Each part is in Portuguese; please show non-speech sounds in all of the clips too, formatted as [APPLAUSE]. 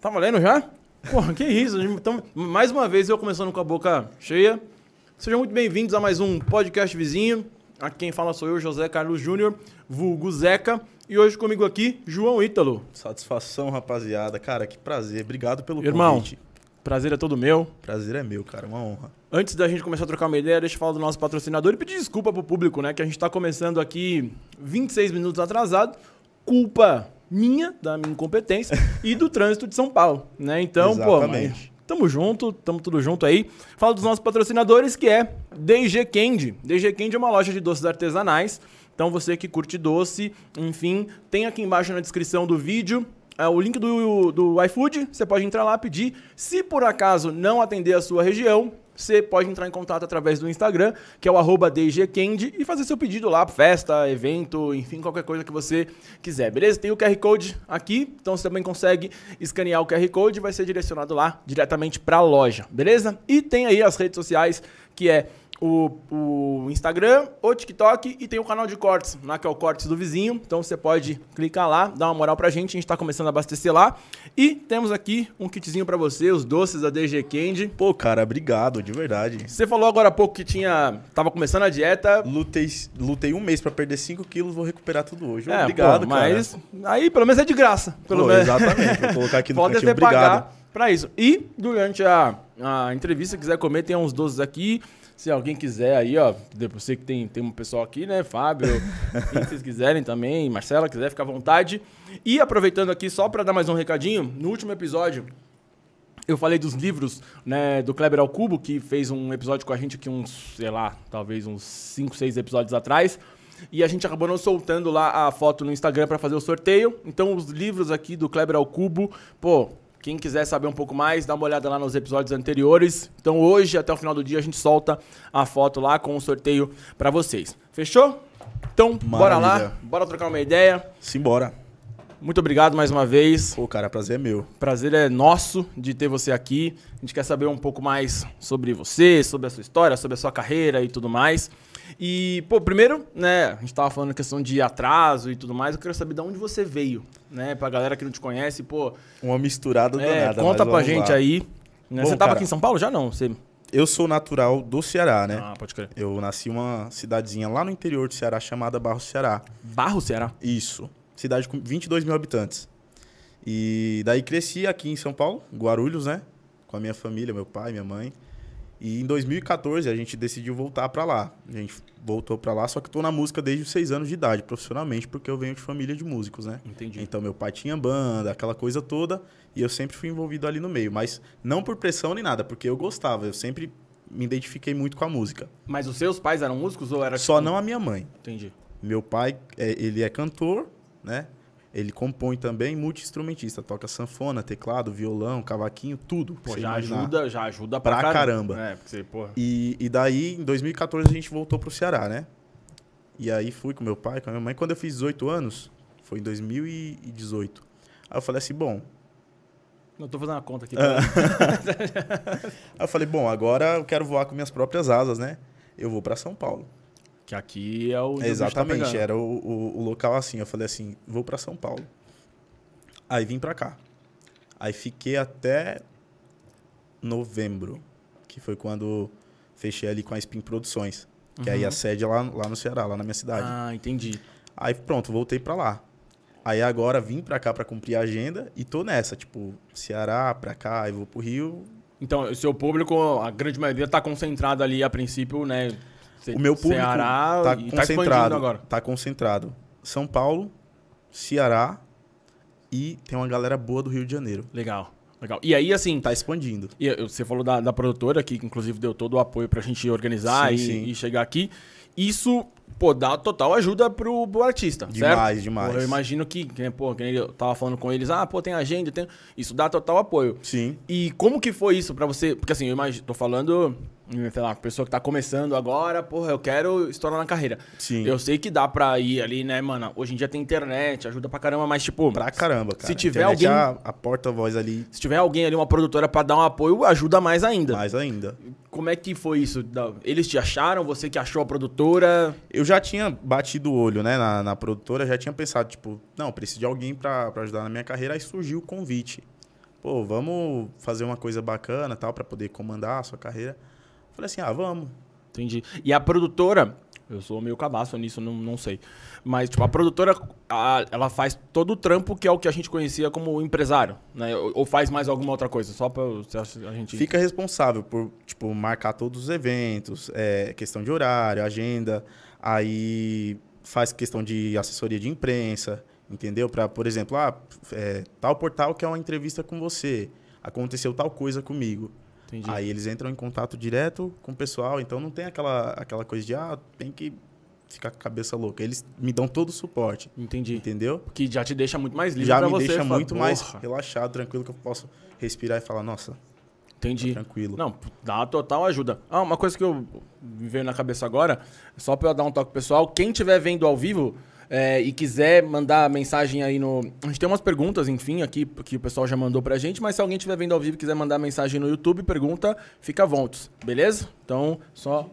Tá valendo já? Porra, que isso. Então, mais uma vez, eu começando com a boca cheia. Sejam muito bem-vindos a mais um podcast vizinho. Aqui quem fala sou eu, José Carlos Júnior, vulgo Zeca. E hoje comigo aqui, João Ítalo. Satisfação, rapaziada. Cara, que prazer. Obrigado pelo Irmão. convite. Prazer é todo meu. Prazer é meu, cara. Uma honra. Antes da gente começar a trocar uma ideia, deixa eu falar do nosso patrocinador e pedir desculpa pro público, né? Que a gente tá começando aqui 26 minutos atrasado. Culpa minha, da minha incompetência, e do trânsito de São Paulo, né? Então, pô, mas Exatamente. tamo junto, tamo tudo junto aí. Fala dos nossos patrocinadores, que é DG Candy. DG Candy é uma loja de doces artesanais. Então, você que curte doce, enfim, tem aqui embaixo na descrição do vídeo é, o link do, do iFood, você pode entrar lá, pedir. Se por acaso não atender a sua região, você pode entrar em contato através do Instagram, que é o arroba DGCandy, e fazer seu pedido lá, festa, evento, enfim, qualquer coisa que você quiser, beleza? Tem o QR Code aqui, então você também consegue escanear o QR Code e vai ser direcionado lá diretamente para a loja, beleza? E tem aí as redes sociais, que é o, o Instagram, o TikTok e tem o canal de cortes, lá que é o Cortes do Vizinho. Então você pode clicar lá, dar uma moral pra gente, a gente tá começando a abastecer lá. E temos aqui um kitzinho pra você, os doces da DG Candy. Pô, cara, obrigado, de verdade. Você falou agora há pouco que tinha tava começando a dieta. Lutei, lutei um mês pra perder 5 quilos, vou recuperar tudo hoje. É, obrigado, pô, cara. mas aí pelo menos é de graça, pelo Pô, menos. [LAUGHS] Exatamente. Vou colocar aqui no Pode cantinho. até Obrigado. pagar pra isso. E durante a, a entrevista, quiser comer, tem uns doces aqui. Se alguém quiser aí, ó, depois você que tem, tem um pessoal aqui, né, Fábio, [LAUGHS] quem vocês quiserem também, Marcela, quiser, fica à vontade. E aproveitando aqui, só pra dar mais um recadinho, no último episódio, eu falei dos livros, né, do Kleber ao Cubo, que fez um episódio com a gente aqui uns, sei lá, talvez uns 5, 6 episódios atrás. E a gente acabou não soltando lá a foto no Instagram pra fazer o sorteio. Então os livros aqui do Kleber ao Cubo, pô, quem quiser saber um pouco mais, dá uma olhada lá nos episódios anteriores. Então hoje até o final do dia a gente solta a foto lá com o sorteio pra vocês. Fechou? Então, bora lá, Maravilha. bora trocar uma ideia. Simbora. Muito obrigado mais uma vez. Pô, cara, prazer é meu. Prazer é nosso de ter você aqui. A gente quer saber um pouco mais sobre você, sobre a sua história, sobre a sua carreira e tudo mais. E, pô, primeiro, né, a gente tava falando questão de atraso e tudo mais. Eu quero saber de onde você veio, né? Pra galera que não te conhece, pô, Uma misturada é, danada. mas conta pra vamos gente lá. aí. né? Bom, você tava cara. aqui em São Paulo já? Não, você... Eu sou natural do Ceará, né? Ah, pode crer. Eu nasci em uma cidadezinha lá no interior do Ceará chamada Barro Ceará. Barro, Ceará? Isso. Cidade com 22 mil habitantes. E daí cresci aqui em São Paulo, Guarulhos, né? Com a minha família, meu pai, minha mãe. E em 2014 a gente decidiu voltar pra lá. A gente voltou pra lá, só que tô na música desde os seis anos de idade, profissionalmente, porque eu venho de família de músicos, né? Entendi. Então meu pai tinha banda, aquela coisa toda, e eu sempre fui envolvido ali no meio, mas não por pressão nem nada, porque eu gostava, eu sempre me identifiquei muito com a música. Mas os seus pais eram músicos ou era... tipo Só não a minha mãe. Entendi. Meu pai, é, ele é cantor, né? Ele compõe também, multi-instrumentista. Toca sanfona, teclado, violão, cavaquinho, tudo. Pô, você já imaginar. ajuda, já ajuda pra, Pra caramba. caramba. É, porque você, porra... E, e daí, em 2014, a gente voltou pro Ceará, né? E aí fui com meu pai, com a minha mãe. Quando eu fiz 18 anos, foi em 2018. Aí eu falei assim, bom... Não tô fazendo uma conta [LAUGHS] aqui. peraí. É. Aí eu falei, bom, agora eu quero voar com minhas próprias asas, né? Eu vou pra São Paulo. Que aqui é o... onde o bicho tá Exatamente, pegando. era o, o- o local assim. Eu falei assim, vou pra São Paulo. Aí vim pra cá. Aí fiquei até novembro, que foi quando fechei ali com a Spin Produções, que aí a sede é lá, lá no Ceará, lá na minha cidade. Uhum. Ah, entendi. Aí pronto, voltei pra lá. Aí agora vim pra cá pra cumprir a agenda e tô nessa, tipo, Ceará pra cá, aí vou pro Rio. Então, o seu público, a grande maioria, tá concentrado ali a princípio, né? Ce- O meu público Ceará tá e concentrado, expandindo agora. tá concentrado. São Paulo, Ceará e tem uma galera boa do Rio de Janeiro. Legal, legal. E aí, assim, tá- Tá expandindo. e eu- você falou da, da produtora, que inclusive deu todo o apoio pra gente organizar Sim, e, sim. e chegar aqui. Isso, pô, dá total ajuda pro, pro artista, certo? Demais, demais. Pô, Eu imagino que, que nem, pô, que nem eu tava falando com eles, ah, pô, tem agenda, tem... Isso dá total apoio. Sim. E como que foi isso pra você? Porque assim, eu imagino, tô falando, sei lá, pessoa que tá começando agora, porra, eu quero estourar na carreira. Sim. Eu sei que dá pra ir ali, né, mano? Hoje em dia tem internet, ajuda pra caramba, mas tipo, Pra caramba, cara. Se tiver Internet é alguém- A, a porta-voz ali, se tiver alguém ali, uma produtora pra dar um apoio, ajuda mais ainda. mais ainda. Como é que foi isso? Da- Eles te acharam? Você que achou a produtora? Eu já tinha batido o olho, né, na, na produtora, já tinha pensado, tipo, não, preciso de alguém pra pra ajudar na minha carreira. Aí surgiu o convite pô, vamos fazer uma coisa bacana tal, para poder comandar a sua carreira. Eu falei assim, ah, vamos. Entendi. E a produtora, eu sou meio cabaço nisso, não, não sei. Mas, tipo, a produtora, a- ela faz todo o trampo que é o que a gente conhecia como empresário, né? Ou, ou faz mais alguma outra coisa, só pra eu- se a gente... Fica responsável por, tipo, marcar todos os eventos, é, questão de horário, agenda, aí faz questão de assessoria de imprensa, entendeu? Para, por exemplo, ah, é, tal portal quer uma entrevista com você, aconteceu tal coisa comigo. Entendi. Aí eles entram em contato direto com o pessoal, então não tem aquela, aquela coisa de, ah, tem que ficar com a cabeça louca. Eles me dão todo o suporte, Entendi. entendeu? Que já te deixa muito mais livre Já pra me você. deixa fala, muito mais "Porra". relaxado, tranquilo, que eu posso respirar e falar, nossa, tá Entendi. tranquilo. Não, dá total ajuda. Ah, uma coisa que eu me veio na cabeça agora, só pra eu dar um toque pessoal, quem estiver vendo ao vivo é, e quiser mandar mensagem aí no. A gente tem umas perguntas, enfim, aqui que o pessoal já mandou pra gente, mas se alguém estiver vendo ao vivo e quiser mandar mensagem no YouTube, pergunta, fica à vontade, beleza? Então, só.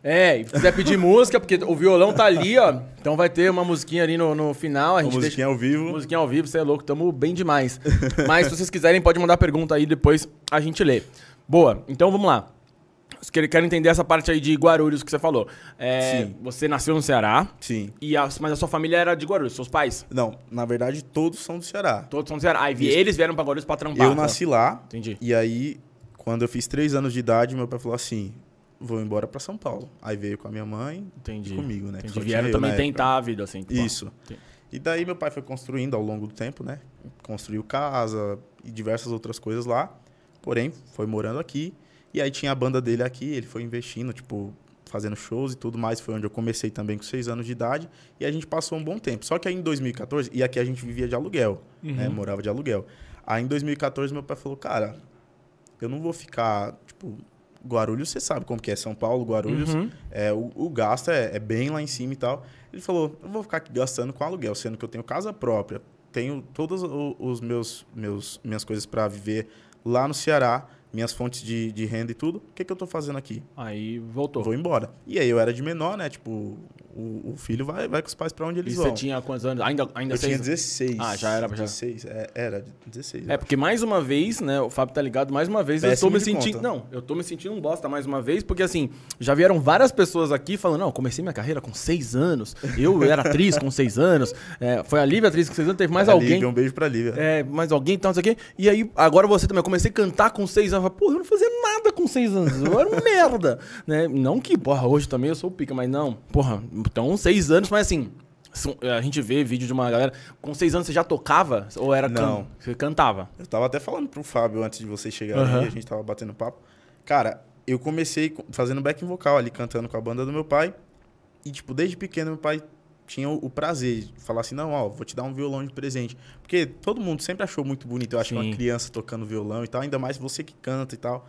É, e se quiser pedir [LAUGHS] música, porque o violão tá ali, ó. Então vai ter uma musiquinha ali no, no final. A Uma gente deixa- musiquinha ao vivo. Musiquinha ao vivo, você é louco, tamo bem [LAUGHS] demais. Mas se vocês quiserem, pode mandar pergunta aí, depois a gente lê. Boa, então vamos lá. Se quer- Quero entender essa parte aí de Guarulhos que você falou. É, Sim. Você nasceu no Ceará, Sim. e a- mas a sua família era de Guarulhos, seus pais? Não, na verdade todos são do Ceará. Todos são do Ceará. Aí vi- Isso. eles vieram pra Guarulhos pra trampar. Eu tá? nasci lá Entendi. e aí quando eu fiz três anos de idade, meu pai falou assim, vou embora pra São Paulo. Aí veio com a minha mãe Entendi. e comigo, né? Entendi. que só tinha Vieram eu também na época. tentar a vida, assim. tipo, Isso. Entendi. E daí meu pai foi construindo ao longo do tempo, né? Construiu casa e diversas outras coisas lá. Porém, foi morando aqui. E aí tinha a banda dele aqui, ele foi investindo, tipo, fazendo shows e tudo mais. Foi onde eu comecei também com seis anos de idade. E a gente passou um bom tempo. Só que aí em 2014, e aqui a gente vivia de aluguel, Uhum. né? Morava de aluguel. Aí em 2014 meu pai falou, cara, eu não vou ficar, tipo, Guarulhos, você sabe como que é, São Paulo, Guarulhos, Uhum. é, o, o gasto é, é bem lá em cima e tal. Ele falou, eu vou ficar aqui gastando com aluguel, sendo que eu tenho casa própria, tenho todos o- os meus, meus minhas coisas para viver lá no Ceará, minhas fontes de, de renda e tudo, o que, que eu tô fazendo aqui? Aí voltou. Vou embora. E aí eu era de menor, né, tipo, o, o filho vai, vai com os pais para onde eles E vão. você tinha quantos anos? Ainda, ainda eu seis- tinha 16. Ah, já era, já. 16, é, era 16. É, porque mais uma vez, né, o Fábio tá ligado, mais uma vez eu Péssimo tô me de sentindo. conta. Não, eu tô me sentindo um bosta mais uma vez, porque assim, já vieram várias pessoas aqui falando, não, comecei minha carreira com seis anos, eu era atriz com seis anos, é, foi a Lívia atriz com seis anos, teve mais A alguém. Lívia, um beijo pra Lívia. É, mais alguém e tal, não sei o quê. E aí, agora você também. Eu comecei a cantar com seis anos. Eu falei, porra, eu não fazia nada com seis anos. Eu era um [LAUGHS] merda. Né? Não que, porra, hoje também eu sou o pica, mas não. Porra, então seis anos, mas assim. são- A gente vê vídeo de uma galera. Com seis anos você já tocava? Ou era. can- Não. Você cantava? Eu tava até falando pro Fábio antes de você chegar Aham. aí, a gente tava batendo papo. Cara, eu comecei co- fazendo backing vocal ali, cantando com a banda do meu pai. E, tipo, desde pequeno meu pai tinha o, o prazer de falar assim, não, ó, vou te dar um violão de presente. Porque todo mundo sempre achou muito bonito, eu acho, Sim. uma criança tocando violão e tal, ainda mais você que canta e tal.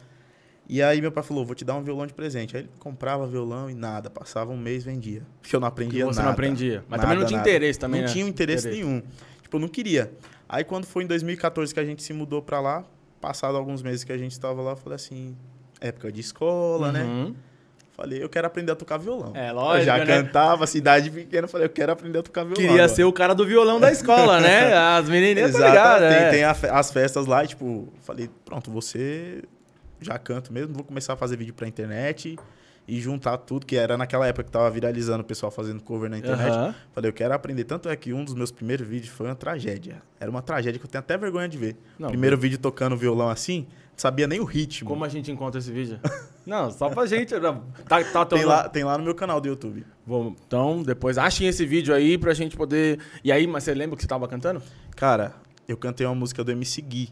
E aí meu pai falou, vou te dar um violão de presente. Aí ele comprava violão e nada, passava um mês, vendia. Porque eu não Que aprendia você nada. não aprendia. Mas também não tinha interesse também, Não né? tinha interesse Interesse. nenhum. Tipo, eu não queria. Aí quando foi em 2014 que a gente se mudou pra lá, passado alguns meses que a gente estava lá, eu falei assim, época de escola, né? Uhum. Falei, eu quero aprender a tocar violão. É, lógico, Eu já né? cantava, cidade pequena, eu falei, eu quero aprender a tocar violão. Queria ser o cara do violão da escola, [LAUGHS] né? As menininhas, tá Exato. ligado? tem é. tem a fe- as festas lá, e, tipo, falei, pronto, você já canto mesmo, vou começar a fazer vídeo pra internet e juntar tudo, que era naquela época que tava viralizando o pessoal fazendo cover na internet. Aham. Falei, eu quero aprender. Tanto é que um dos meus primeiros vídeos foi uma tragédia. Era uma tragédia que eu tenho até vergonha de ver. Não, Primeiro vídeo tocando violão assim, não sabia nem o ritmo. Como é a gente encontra esse vídeo? [LAUGHS] não, só pra gente. Tá, tá tem, teu- lá, tem lá no meu canal do YouTube. Bom, então, depois achem esse vídeo aí pra gente poder. E aí, mas você lembra que você tava cantando? Cara, eu cantei uma música do MC Gui.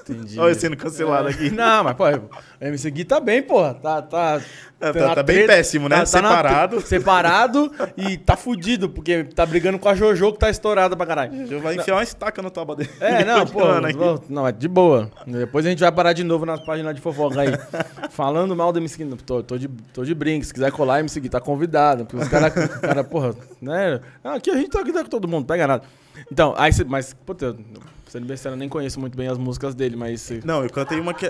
Entendi. Olha eu sendo cancelado [LAUGHS] É. [LAUGHS] aqui. Não, mas, pô, MC Gui tá bem, porra. Tá, tá, Tá- na tá bem treta, péssimo, né? na tre- Separado. separado e tá fudido, porque tá brigando com a JoJo que tá estourada pra caralho. Já vai enfiar uma estaca no toba dele. [LAUGHS] [LAUGHS] É, não, pô. Continuando aqui. vou- Não, é de boa. Depois a gente vai parar de novo nas páginas de fofoca [LAUGHS] aí. Falando mal do MC Gui. não, Tô, tô de, tô de brinco. Se quiser colar e me seguir, tá convidado. Porque os caras, cara, porra, né? Ah, Aqui a gente tá aqui tá com todo mundo, pega nada. Então, aí você. Mas, puta, Sendo bem sincero, eu nem conheço muito bem as músicas dele, mas. Não, eu cantei [LAUGHS] uma que.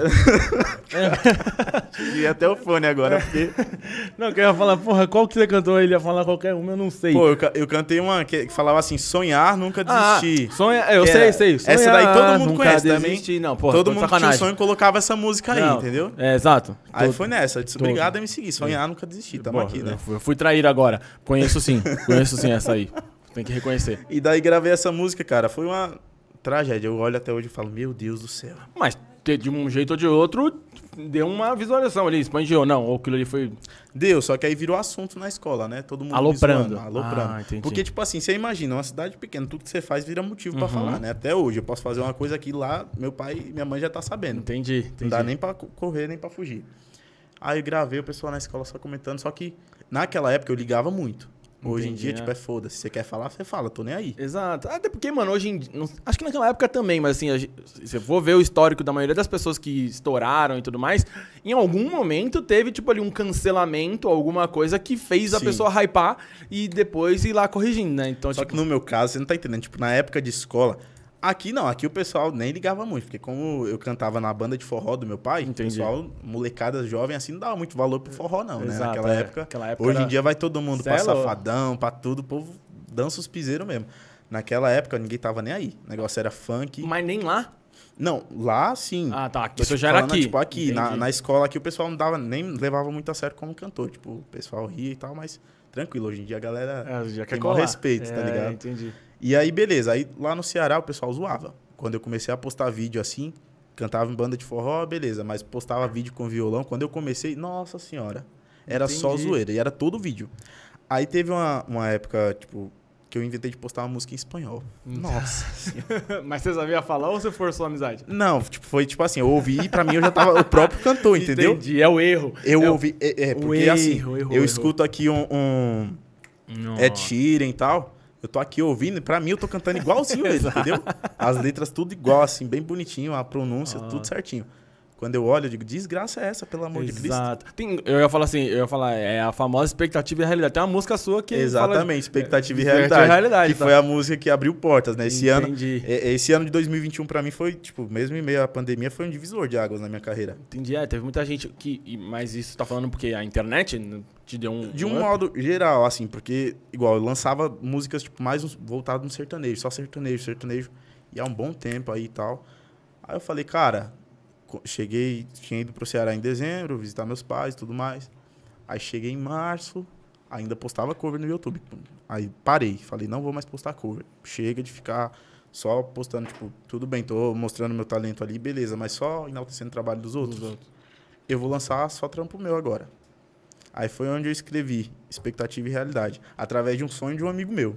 e até o fone agora, É. porque. Não, que eu ia falar, porra, qual que você cantou? Ele ia falar qualquer uma, eu não sei. Pô, eu, ca- eu cantei uma que, que falava assim: sonhar, nunca Ah, é, desistir. sonha, eu Que sei, era- sei. Essa daí sonhar, todo mundo nunca conhece desistir. também. Não, porra, todo foi mundo tinha um sacanagem. sonho e colocava essa música aí, Não, entendeu? É, exato. Aí Todo- foi nessa. Eu disse, todo. obrigado a me seguir. Sonhar, nunca desistir. Tamo Bom, aqui, né? eu fui- Eu fui trair agora. Conheço sim, conheço sim essa aí. Tem que reconhecer. E daí gravei essa música, cara. Foi uma tragédia. Eu olho até hoje e falo, meu Deus do céu. Mas te- de um jeito ou de outro, deu uma visualização ali, expandiu. Não, ou aquilo ali foi. Deu, só que aí virou assunto na escola, né? Todo mundo me Aloprando. zoando, aloprando. Ah, entendi. Porque, tipo assim, você imagina, uma cidade pequena, tudo que você faz vira motivo Uhum. pra falar, né? Até hoje. Eu posso fazer uma coisa aqui lá, meu pai e minha mãe já tá sabendo. Entendi, entendi. Não dá nem pra co- correr, nem pra fugir. Aí eu gravei o pessoal na escola só comentando, só que naquela época eu ligava muito. Hoje em Entendi, dia, né? tipo, é foda-se. Você quer falar, você fala, tô nem aí. Exato. Até porque, mano, hoje em dia. não- Acho que naquela época também, mas assim, a gen- se eu for ver o histórico da maioria das pessoas que estouraram e tudo mais, em algum momento teve, tipo, ali um cancelamento, alguma coisa que fez a Sim. pessoa hypar e depois ir lá corrigindo, né? Então, Só tipo. que no meu caso, você não tá entendendo. Tipo, na época de escola. Aqui não, aqui o pessoal nem ligava muito, porque como eu cantava na banda de forró do meu pai, Entendi. o pessoal, molecada jovem, assim, não dava muito valor pro forró, não, né? Exato, Naquela é. época. Aquela época Hoje era- em dia vai todo mundo pra Cê é louco. safadão, pra tudo, o povo dança os piseiros mesmo. Naquela época, ninguém tava nem aí. O negócio era funk. Mas nem lá. Não, lá sim. Ah, tá. Aqui Tô, isso tipo, já era falando, aqui. Tipo, aqui, na, Entendi. na escola aqui o pessoal não dava, nem levava muito a sério como cantor. Tipo, o pessoal ria e tal, mas tranquilo. Hoje em dia a galera. É, já quer tem maior colar. respeito, tá É, ligado? Entendi. E aí, beleza. Aí lá no Ceará o pessoal zoava. Quando eu comecei a postar vídeo assim, cantava em banda de forró, beleza. Mas postava vídeo com violão. Quando eu comecei, nossa senhora. Era só Entendi. zoeira. E era todo vídeo. Aí teve uma, uma época, tipo, que eu inventei de postar uma música em espanhol. Nossa senhora. Mas você sabia falar ou você forçou a amizade? Não, tipo, foi tipo assim, eu ouvi e pra mim eu já tava o [LAUGHS] próprio cantor, entendeu? Entendi, é o erro. Eu É o- ouvi. É, é, o porque erro, assim, erro, eu erro. escuto aqui um, um Ed Sheeran e tal. Eu tô aqui ouvindo, e pra mim eu tô cantando [LAUGHS] igualzinho ele, entendeu? As letras tudo igual, assim, bem bonitinho, a pronúncia, Ah. tudo certinho. Quando eu olho, eu digo, desgraça é essa, pelo amor de Cristo? Exato. Tem- eu ia falar assim, eu ia falar, é a famosa expectativa e realidade. Tem uma música sua que fala de- Exatamente, expectativa expectativa e e realidade. realidade, que tá. foi a música que abriu portas, né? Esse ano, Entendi. é- é, esse ano de 2021 pra mim foi, tipo, mesmo em meio à pandemia, foi um divisor de águas na minha carreira. Entendi, é, teve muita gente que... e- Mas isso tá falando porque a internet né, te deu um... De um up? modo geral, assim, porque, igual, eu lançava músicas tipo, mais uns- voltado no sertanejo, só sertanejo, sertanejo, e há um bom tempo aí e tal. Aí eu falei, cara, co- cheguei, tinha ido pro Ceará em dezembro, visitar meus pais e tudo mais. Aí cheguei em março, ainda postava cover no YouTube. Aí parei, falei, não vou mais postar cover. Chega de ficar só postando, tipo, tudo bem, tô mostrando meu talento ali, beleza, mas só enaltecendo o trabalho dos outros. Eu vou lançar só trampo meu agora. Aí foi onde eu escrevi Expectativa e Realidade, através de um sonho de um amigo meu,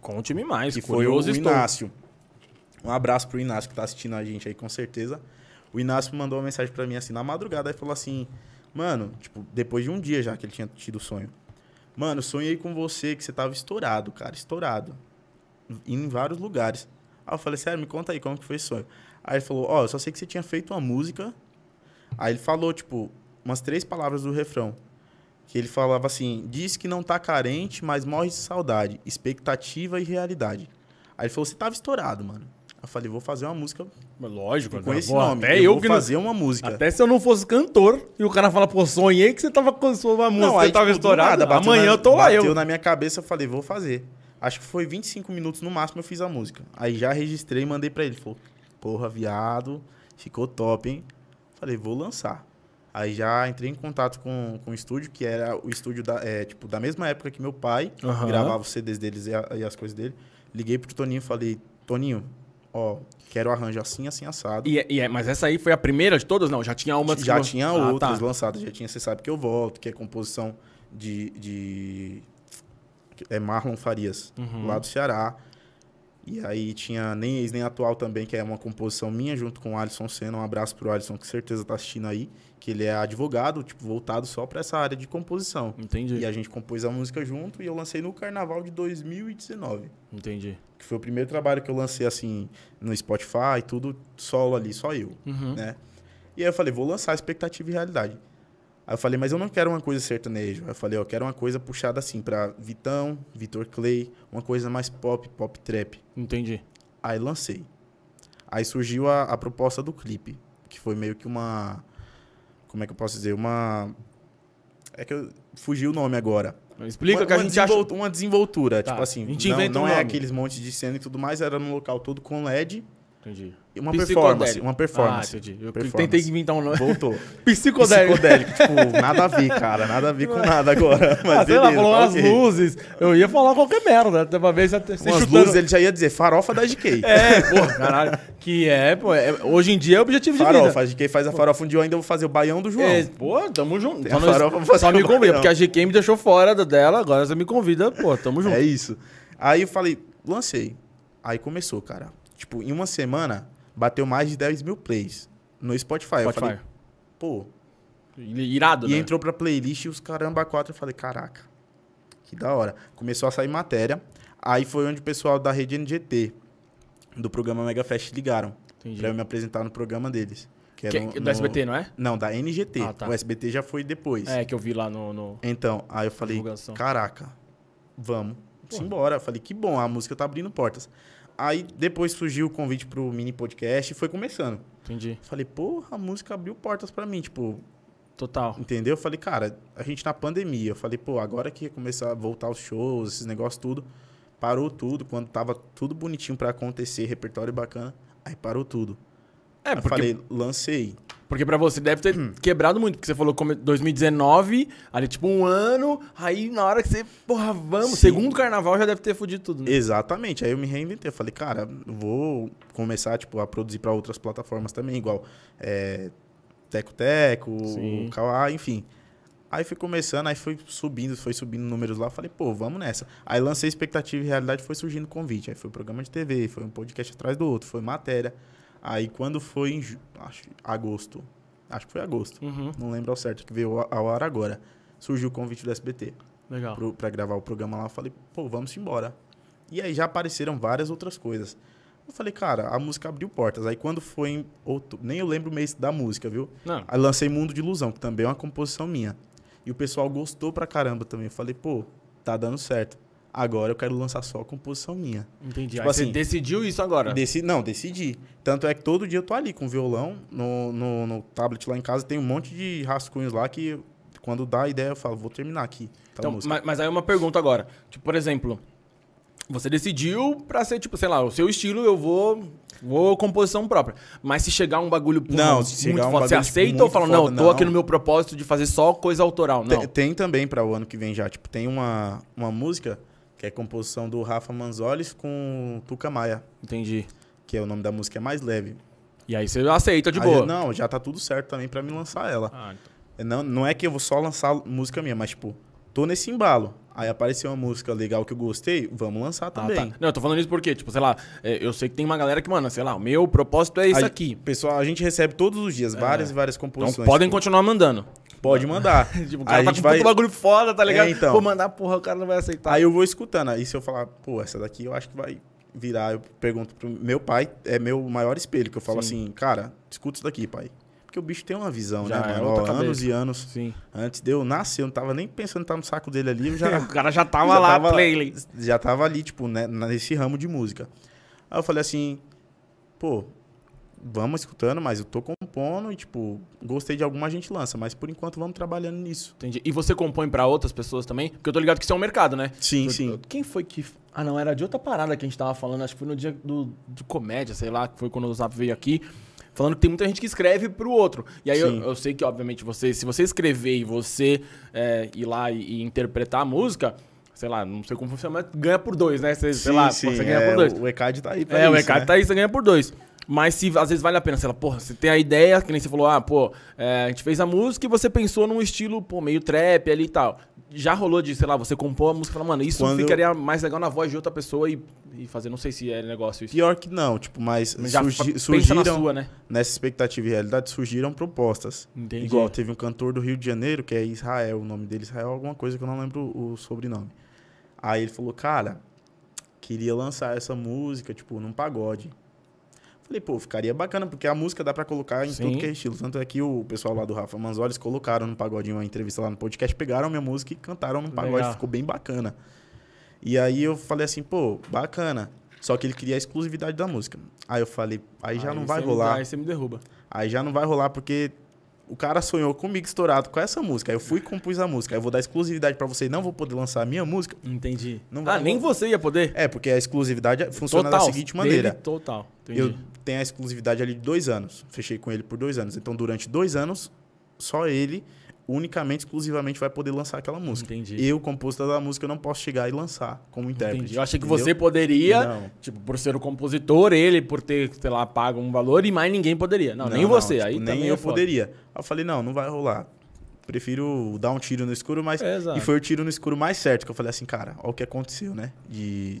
Conte-me mais, que foi o curioso estou. Inácio. Um abraço pro Inácio que tá assistindo a gente aí com certeza. O Inácio mandou uma mensagem pra mim assim na madrugada e falou assim: "Mano, tipo, depois de um dia já que ele tinha tido o sonho. Mano, sonhei com você que você tava estourado, cara, estourado. Indo em vários lugares. Aí eu falei: "Sério, me conta aí como que foi esse sonho?" Aí ele falou: "Ó, eu só sei que você tinha feito uma música Aí ele falou, tipo, umas três palavras do refrão. Que ele falava assim: diz que não tá carente, mas morre de saudade, expectativa e realidade. Aí ele falou: você tava estourado, mano. Eu falei: vou fazer uma música Mas Lógico. com né? esse Porra, nome. Até eu eu, vou que não- fazer uma música. Até se eu não fosse cantor e o cara fala, pô, sonhei que você tava com sua música, aí, você tava tipo, do estourada. nada, bateu Amanhã na- eu tô lá, Bateu eu. na minha cabeça, eu falei, vou fazer. Acho que foi 25 minutos no máximo eu fiz a música. Aí já registrei e mandei pra ele. Ele Falou, porra, viado, ficou top, hein? Falei, vou lançar. Aí já entrei em contato com, com o estúdio, que era o estúdio da, é, tipo, da mesma época que meu pai Aham. gravava os CDs deles e, a- e as coisas dele. Liguei pro Toninho e falei, Toninho, ó, quero arranjo assim, assim, assado. E, é- e é- mas essa aí foi a primeira de todas? Não, já tinha uma... que Já você- tinha Ah, outras tá. lançadas, já tinha Você Sabe Que Eu Volto, que é composição de. de é Marlon Farias, Hum. Uhum. lá do Ceará. E aí tinha Nem Ex Nem Atual também, que é uma composição minha junto com o Alisson Senna. Um abraço pro Alisson, que certeza tá assistindo aí, que ele é advogado, tipo, voltado só pra essa área de composição. Entendi, E a gente compôs a música junto e eu lancei no carnaval de 2019. entendi. Que foi o primeiro trabalho que eu lancei assim no Spotify, tudo solo ali, só eu Uhum. né? E aí eu falei, vou lançar expectativa e realidade. Aí eu falei, mas eu não quero uma coisa sertanejo. Aí eu falei, ó, eu quero uma coisa puxada assim pra Vitão, Vitor Clay, uma coisa mais pop, pop trap. Entendi. Aí lancei. Aí surgiu a, a proposta do clipe, que foi meio que uma. Como é que eu posso dizer? Uma. É que eu fugiu o nome agora. Explica uma, que a uma gente acha. desenvol- Uma desenvoltura, Tá, tipo assim. a gente não inventa um não é nome. aqueles montes de cena e tudo mais, era num local todo com LED Entendi. e uma Psicodélico. performance. Uma performance. Ah, entendi. Eu Performance. tentei inventar um nome. Voltou. [LAUGHS] Psicodélico. Psicodélico. tipo, nada a ver, cara. Nada a ver com nada agora. Mas [LAUGHS] Ah, sei lá, beleza, falou tá umas ok. luzes. Eu ia falar qualquer merda. Até uma vez até você Umas chutando. luzes, ele já ia dizer farofa da GK. É, pô, caralho. Que é, pô. é- hoje em dia é objetivo de vida. farofa. A GK faz a farofa. Um dia eu ainda vou fazer o baião do João. É, pô, tamo junto. Tem Só, a nós- farofa pra fazer só me o convida, baião. porque a GK me deixou fora da- dela, agora você me convida, pô, tamo junto. É isso. Aí eu falei, lancei. Aí começou, cara. Tipo, em uma semana, bateu mais de 10 mil plays no Spotify. Eu Spotify. falei, pô. Irado, E né? entrou pra playlist e os caramba quatro. Eu falei, caraca, que da hora. Começou a sair matéria. Aí foi onde o pessoal da rede NGT, do programa Mega Fest, ligaram. Entendi. Pra eu me apresentar no programa deles. Que era um Que- no- do no- SBT, não é? Não, da NGT. Ah, tá. O SBT já foi depois. É, que eu vi lá no... no- Então, aí eu falei, Divulgação. caraca, vamos embora. Eu falei, que bom, a música tá abrindo portas. Aí depois surgiu o convite pro mini podcast e foi começando. Entendi. Eu Falei, porra, a música abriu portas pra mim, tipo, Total. entendeu? Eu Falei, cara, a gente tá na pandemia. Eu falei, pô, agora que ia começar a voltar os shows, esses negócios tudo, parou tudo, quando tava tudo bonitinho pra acontecer, repertório bacana, aí parou tudo. É, eu porque, falei, Hum. lancei. porque pra você deve ter quebrado muito, porque você falou como 2019, ali tipo um ano, aí na hora que você, porra, vamos, Sim. segundo carnaval já deve ter fudido tudo, né? Exatamente. Aí eu me reinventei. Eu falei, cara, eu vou começar tipo, a produzir para outras plataformas também, igual é, Teco Teco, Sim. Kawaii, enfim. Aí fui começando, aí foi subindo, foi subindo números lá. eu Falei, pô, vamos nessa. Aí lancei expectativa e realidade, foi surgindo convite. Aí foi programa de TV, foi um podcast atrás do outro, foi matéria. Aí quando foi em ju- acho, agosto, acho que foi agosto, Uhum, não lembro ao certo, que veio ao ao ar agora, surgiu o convite do SBT legal. pro- pra gravar o programa lá, eu falei, pô, vamos embora. E aí já apareceram várias outras coisas. Eu falei, cara, a música abriu portas. Aí quando foi em outubro, nem eu lembro o mês da música, viu? Não, Aí lancei Mundo de Ilusão, que também é uma composição minha. E o pessoal gostou pra caramba também. Eu falei, pô, tá dando certo. Agora eu quero lançar só a composição minha. entendi. tipo Aí você assim, decidiu isso agora. Deci- não, decidi. Tanto é que todo dia eu tô ali com o violão no, no, no tablet lá em casa. Tem um monte de rascunhos lá que quando dá a ideia eu falo, vou terminar aqui. tal Então, Tá música. mas, mas aí uma pergunta agora. Tipo, por exemplo, você decidiu pra ser, tipo, sei lá, o seu estilo, eu vou. Vou composição própria. Mas se chegar um bagulho porra, Não, se chegar um foda, você bagulho, tipo, aceita muito ou fala, foda, não, eu tô não. aqui no meu propósito de fazer só coisa autoral? Te- Não. Tem, também para o ano que vem já. Tipo, tem uma, uma música que é composição do Rafa Manzoles com Tuca Maia, Entendi. que é o nome da música é mais leve. E aí você aceita de Aí boa. eu- não, já tá tudo certo também para me lançar ela. Ah, então. Não, não é que eu vou só lançar música minha, mas tipo, tô nesse embalo. Aí apareceu uma música legal que eu gostei, vamos lançar Ah, também. tá. Não, eu tô falando isso porque, tipo, sei lá, é, eu sei que tem uma galera que, mano, sei lá, o meu propósito é isso Aí, aqui. Pessoal, a gente recebe todos os dias várias e várias Então composições. podem continuar mandando. [LAUGHS] Tipo, pode mandar. [LAUGHS] Tipo, o Aí cara a tá gente com vai- tanto bagulho foda, tá ligado? então. Vou mandar, porra, o cara não vai aceitar. Aí eu vou escutando. Aí se eu falar, pô, essa daqui eu acho que vai virar, eu pergunto pro meu pai, é meu maior espelho, que eu falo assim, cara, escuta isso daqui, pai. Porque o bicho tem uma visão, Já, né, é mano? outra Ó, cabeça. anos e anos. [LAUGHS] Sim. Antes de eu nascer, eu não tava nem pensando em estar no saco dele ali, eu já, [LAUGHS] O cara já já tava lá, tava- playlist. já tava ali, tipo, né, nesse ramo de música. Aí eu falei assim, pô, vamos escutando, mas eu tô compondo e, tipo, gostei de alguma a gente lança, mas por enquanto vamos trabalhando nisso. Entendi. E você compõe pra outras pessoas também? Porque eu tô ligado que isso é um mercado, né? Sim, Eu- sim. eu- Quem foi que. Ah, não, era de outra parada que a gente tava falando, acho que foi no dia do, de comédia, sei lá, que foi quando o Zap veio aqui. Falando que tem muita gente que escreve pro outro. E aí eu, Sim. eu sei que, obviamente, você, se você escrever e você é, ir lá e, e interpretar a música, sei lá, não sei como funciona, mas ganha por dois, né? Você, sei lá, você ganha é, por dois. O ECAD tá aí pra É, o isso, mercado né? tá aí, você ganha por dois. Mas se às vezes vale a pena, sei lá, porra, você tem a ideia, que nem você falou, ah, pô, é, a gente fez a música e você pensou num estilo, pô, meio trap ali e tal. Já rolou de, sei lá, você compor a música e falar, mano, isso Quando eu- ficaria mais legal na voz de outra pessoa e, e fazer, não sei se é negócio isso. Pior que não, tipo, mas, Mas já fa- surgi- pensa na surgiram, sua, né? nessa expectativa e realidade, surgiram propostas. Entendi. Igual teve um cantor do Rio de Janeiro, que é Israel, o nome dele, Israel, alguma coisa que eu não lembro o sobrenome. Aí ele falou, cara, queria lançar essa música, tipo, num pagode. Falei, pô, ficaria bacana, porque a música dá pra colocar em Sim. tudo que é estilo. Tanto é que o pessoal lá do Rafa Manzoles colocaram no pagodinho uma entrevista lá no podcast, pegaram minha música e cantaram num pagode, Legal. ficou bem bacana. E aí eu falei assim, pô, bacana. Só que ele queria a exclusividade da música. Aí eu falei, aí já não vai você rolar. Aí você me derruba. Aí já não vai rolar porque o cara sonhou comigo estourado com essa música. Aí eu fui e compus a música. Aí eu vou dar exclusividade pra você e não vou poder lançar a minha música. Entendi. Não ah, vai nem você ia poder? É, porque a exclusividade funciona da seguinte maneira. dele, total. Entendi. Eu tenho a exclusividade ali de dois anos. Fechei com ele por dois anos. Então, durante dois anos, só ele, unicamente, exclusivamente, vai poder lançar aquela música. Entendi. Eu, compositor da música, eu não posso chegar e lançar como intérprete. Entendi. Eu achei que entendeu? você poderia, Não. tipo, por ser o compositor, ele por ter, sei lá, pago um valor e mais ninguém poderia. Não, nem você. tipo, aí nem também eu é foda. poderia. Aí eu falei, não, não vai rolar. Prefiro dar um tiro no escuro, mas. É, exato. e foi o tiro no escuro mais certo, que eu falei assim, cara, olha o que aconteceu, né? De...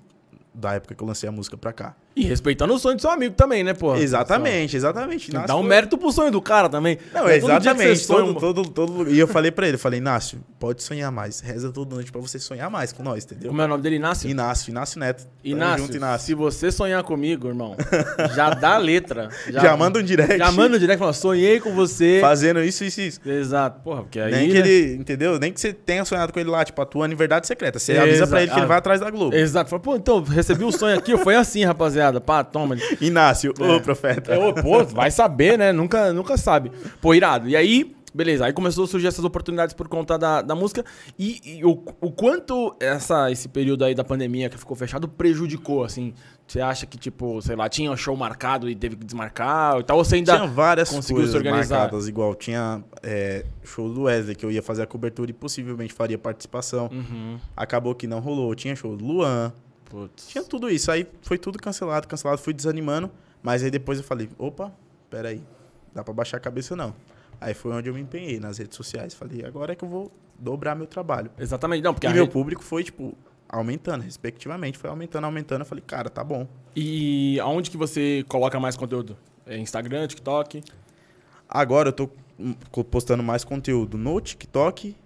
Da época que eu lancei a música pra cá. E respeitando o sonho do seu amigo também, né, pô? exatamente, exatamente. Dá Inácio um foi- mérito pro sonho do cara também. Não, é todo dia que você exatamente. sonha Todo, um- todo, todo lugar. E eu falei pra ele, eu falei, Inácio, pode sonhar mais. Reza toda noite pra você sonhar mais com nós, entendeu? Como é o nome dele? Inácio? Inácio, Inácio Neto. Tamo Inácio, junto, Inácio. se você sonhar comigo, irmão, já [LAUGHS] dá a letra. Já, manda um direct. Já manda o direct e fala, sonhei com você. Fazendo isso, isso, isso. Exato. Porra, porque aí... Nem que né? ele, entendeu? Nem que você tenha sonhado com ele lá, tipo, atuando em verdade secreta. Você avisa Exato. pra ele que Ah. ele vai atrás da Globo. Exato. Fala, pô, então, recebi um sonho aqui, foi assim, rapaziada. Pá, toma. Ele, Inácio, ô profeta. É, ô, pô, vai saber, né? Nunca, nunca sabe. Pô, irado. E aí, beleza. Aí começou a surgir essas oportunidades por conta da, da música. E, e o, o quanto essa, esse período aí da pandemia que ficou fechado prejudicou, assim? Você acha que, tipo, sei lá, tinha show marcado e teve que desmarcar e tal? Ou você ainda... Tinha várias conseguiu coisas se organizar. marcadas, igual tinha é, show do Wesley, que eu ia fazer a cobertura e possivelmente faria participação. Uhum. Acabou que não rolou. Tinha show do Luan, Putz. Tinha tudo isso. Aí foi tudo cancelado, cancelado, fui desanimando. Mas aí depois eu falei, opa, peraí, dá pra baixar a cabeça não. Aí foi onde eu me empenhei nas redes sociais. Falei, agora é que eu vou dobrar meu trabalho. Exatamente. Não, porque... e a meu rede- público foi, tipo, aumentando, respectivamente. Foi aumentando, aumentando. Eu falei, cara, tá bom. E aonde que você coloca mais conteúdo? É Instagram, TikTok? Agora eu tô hum, co- postando mais conteúdo no TikTok,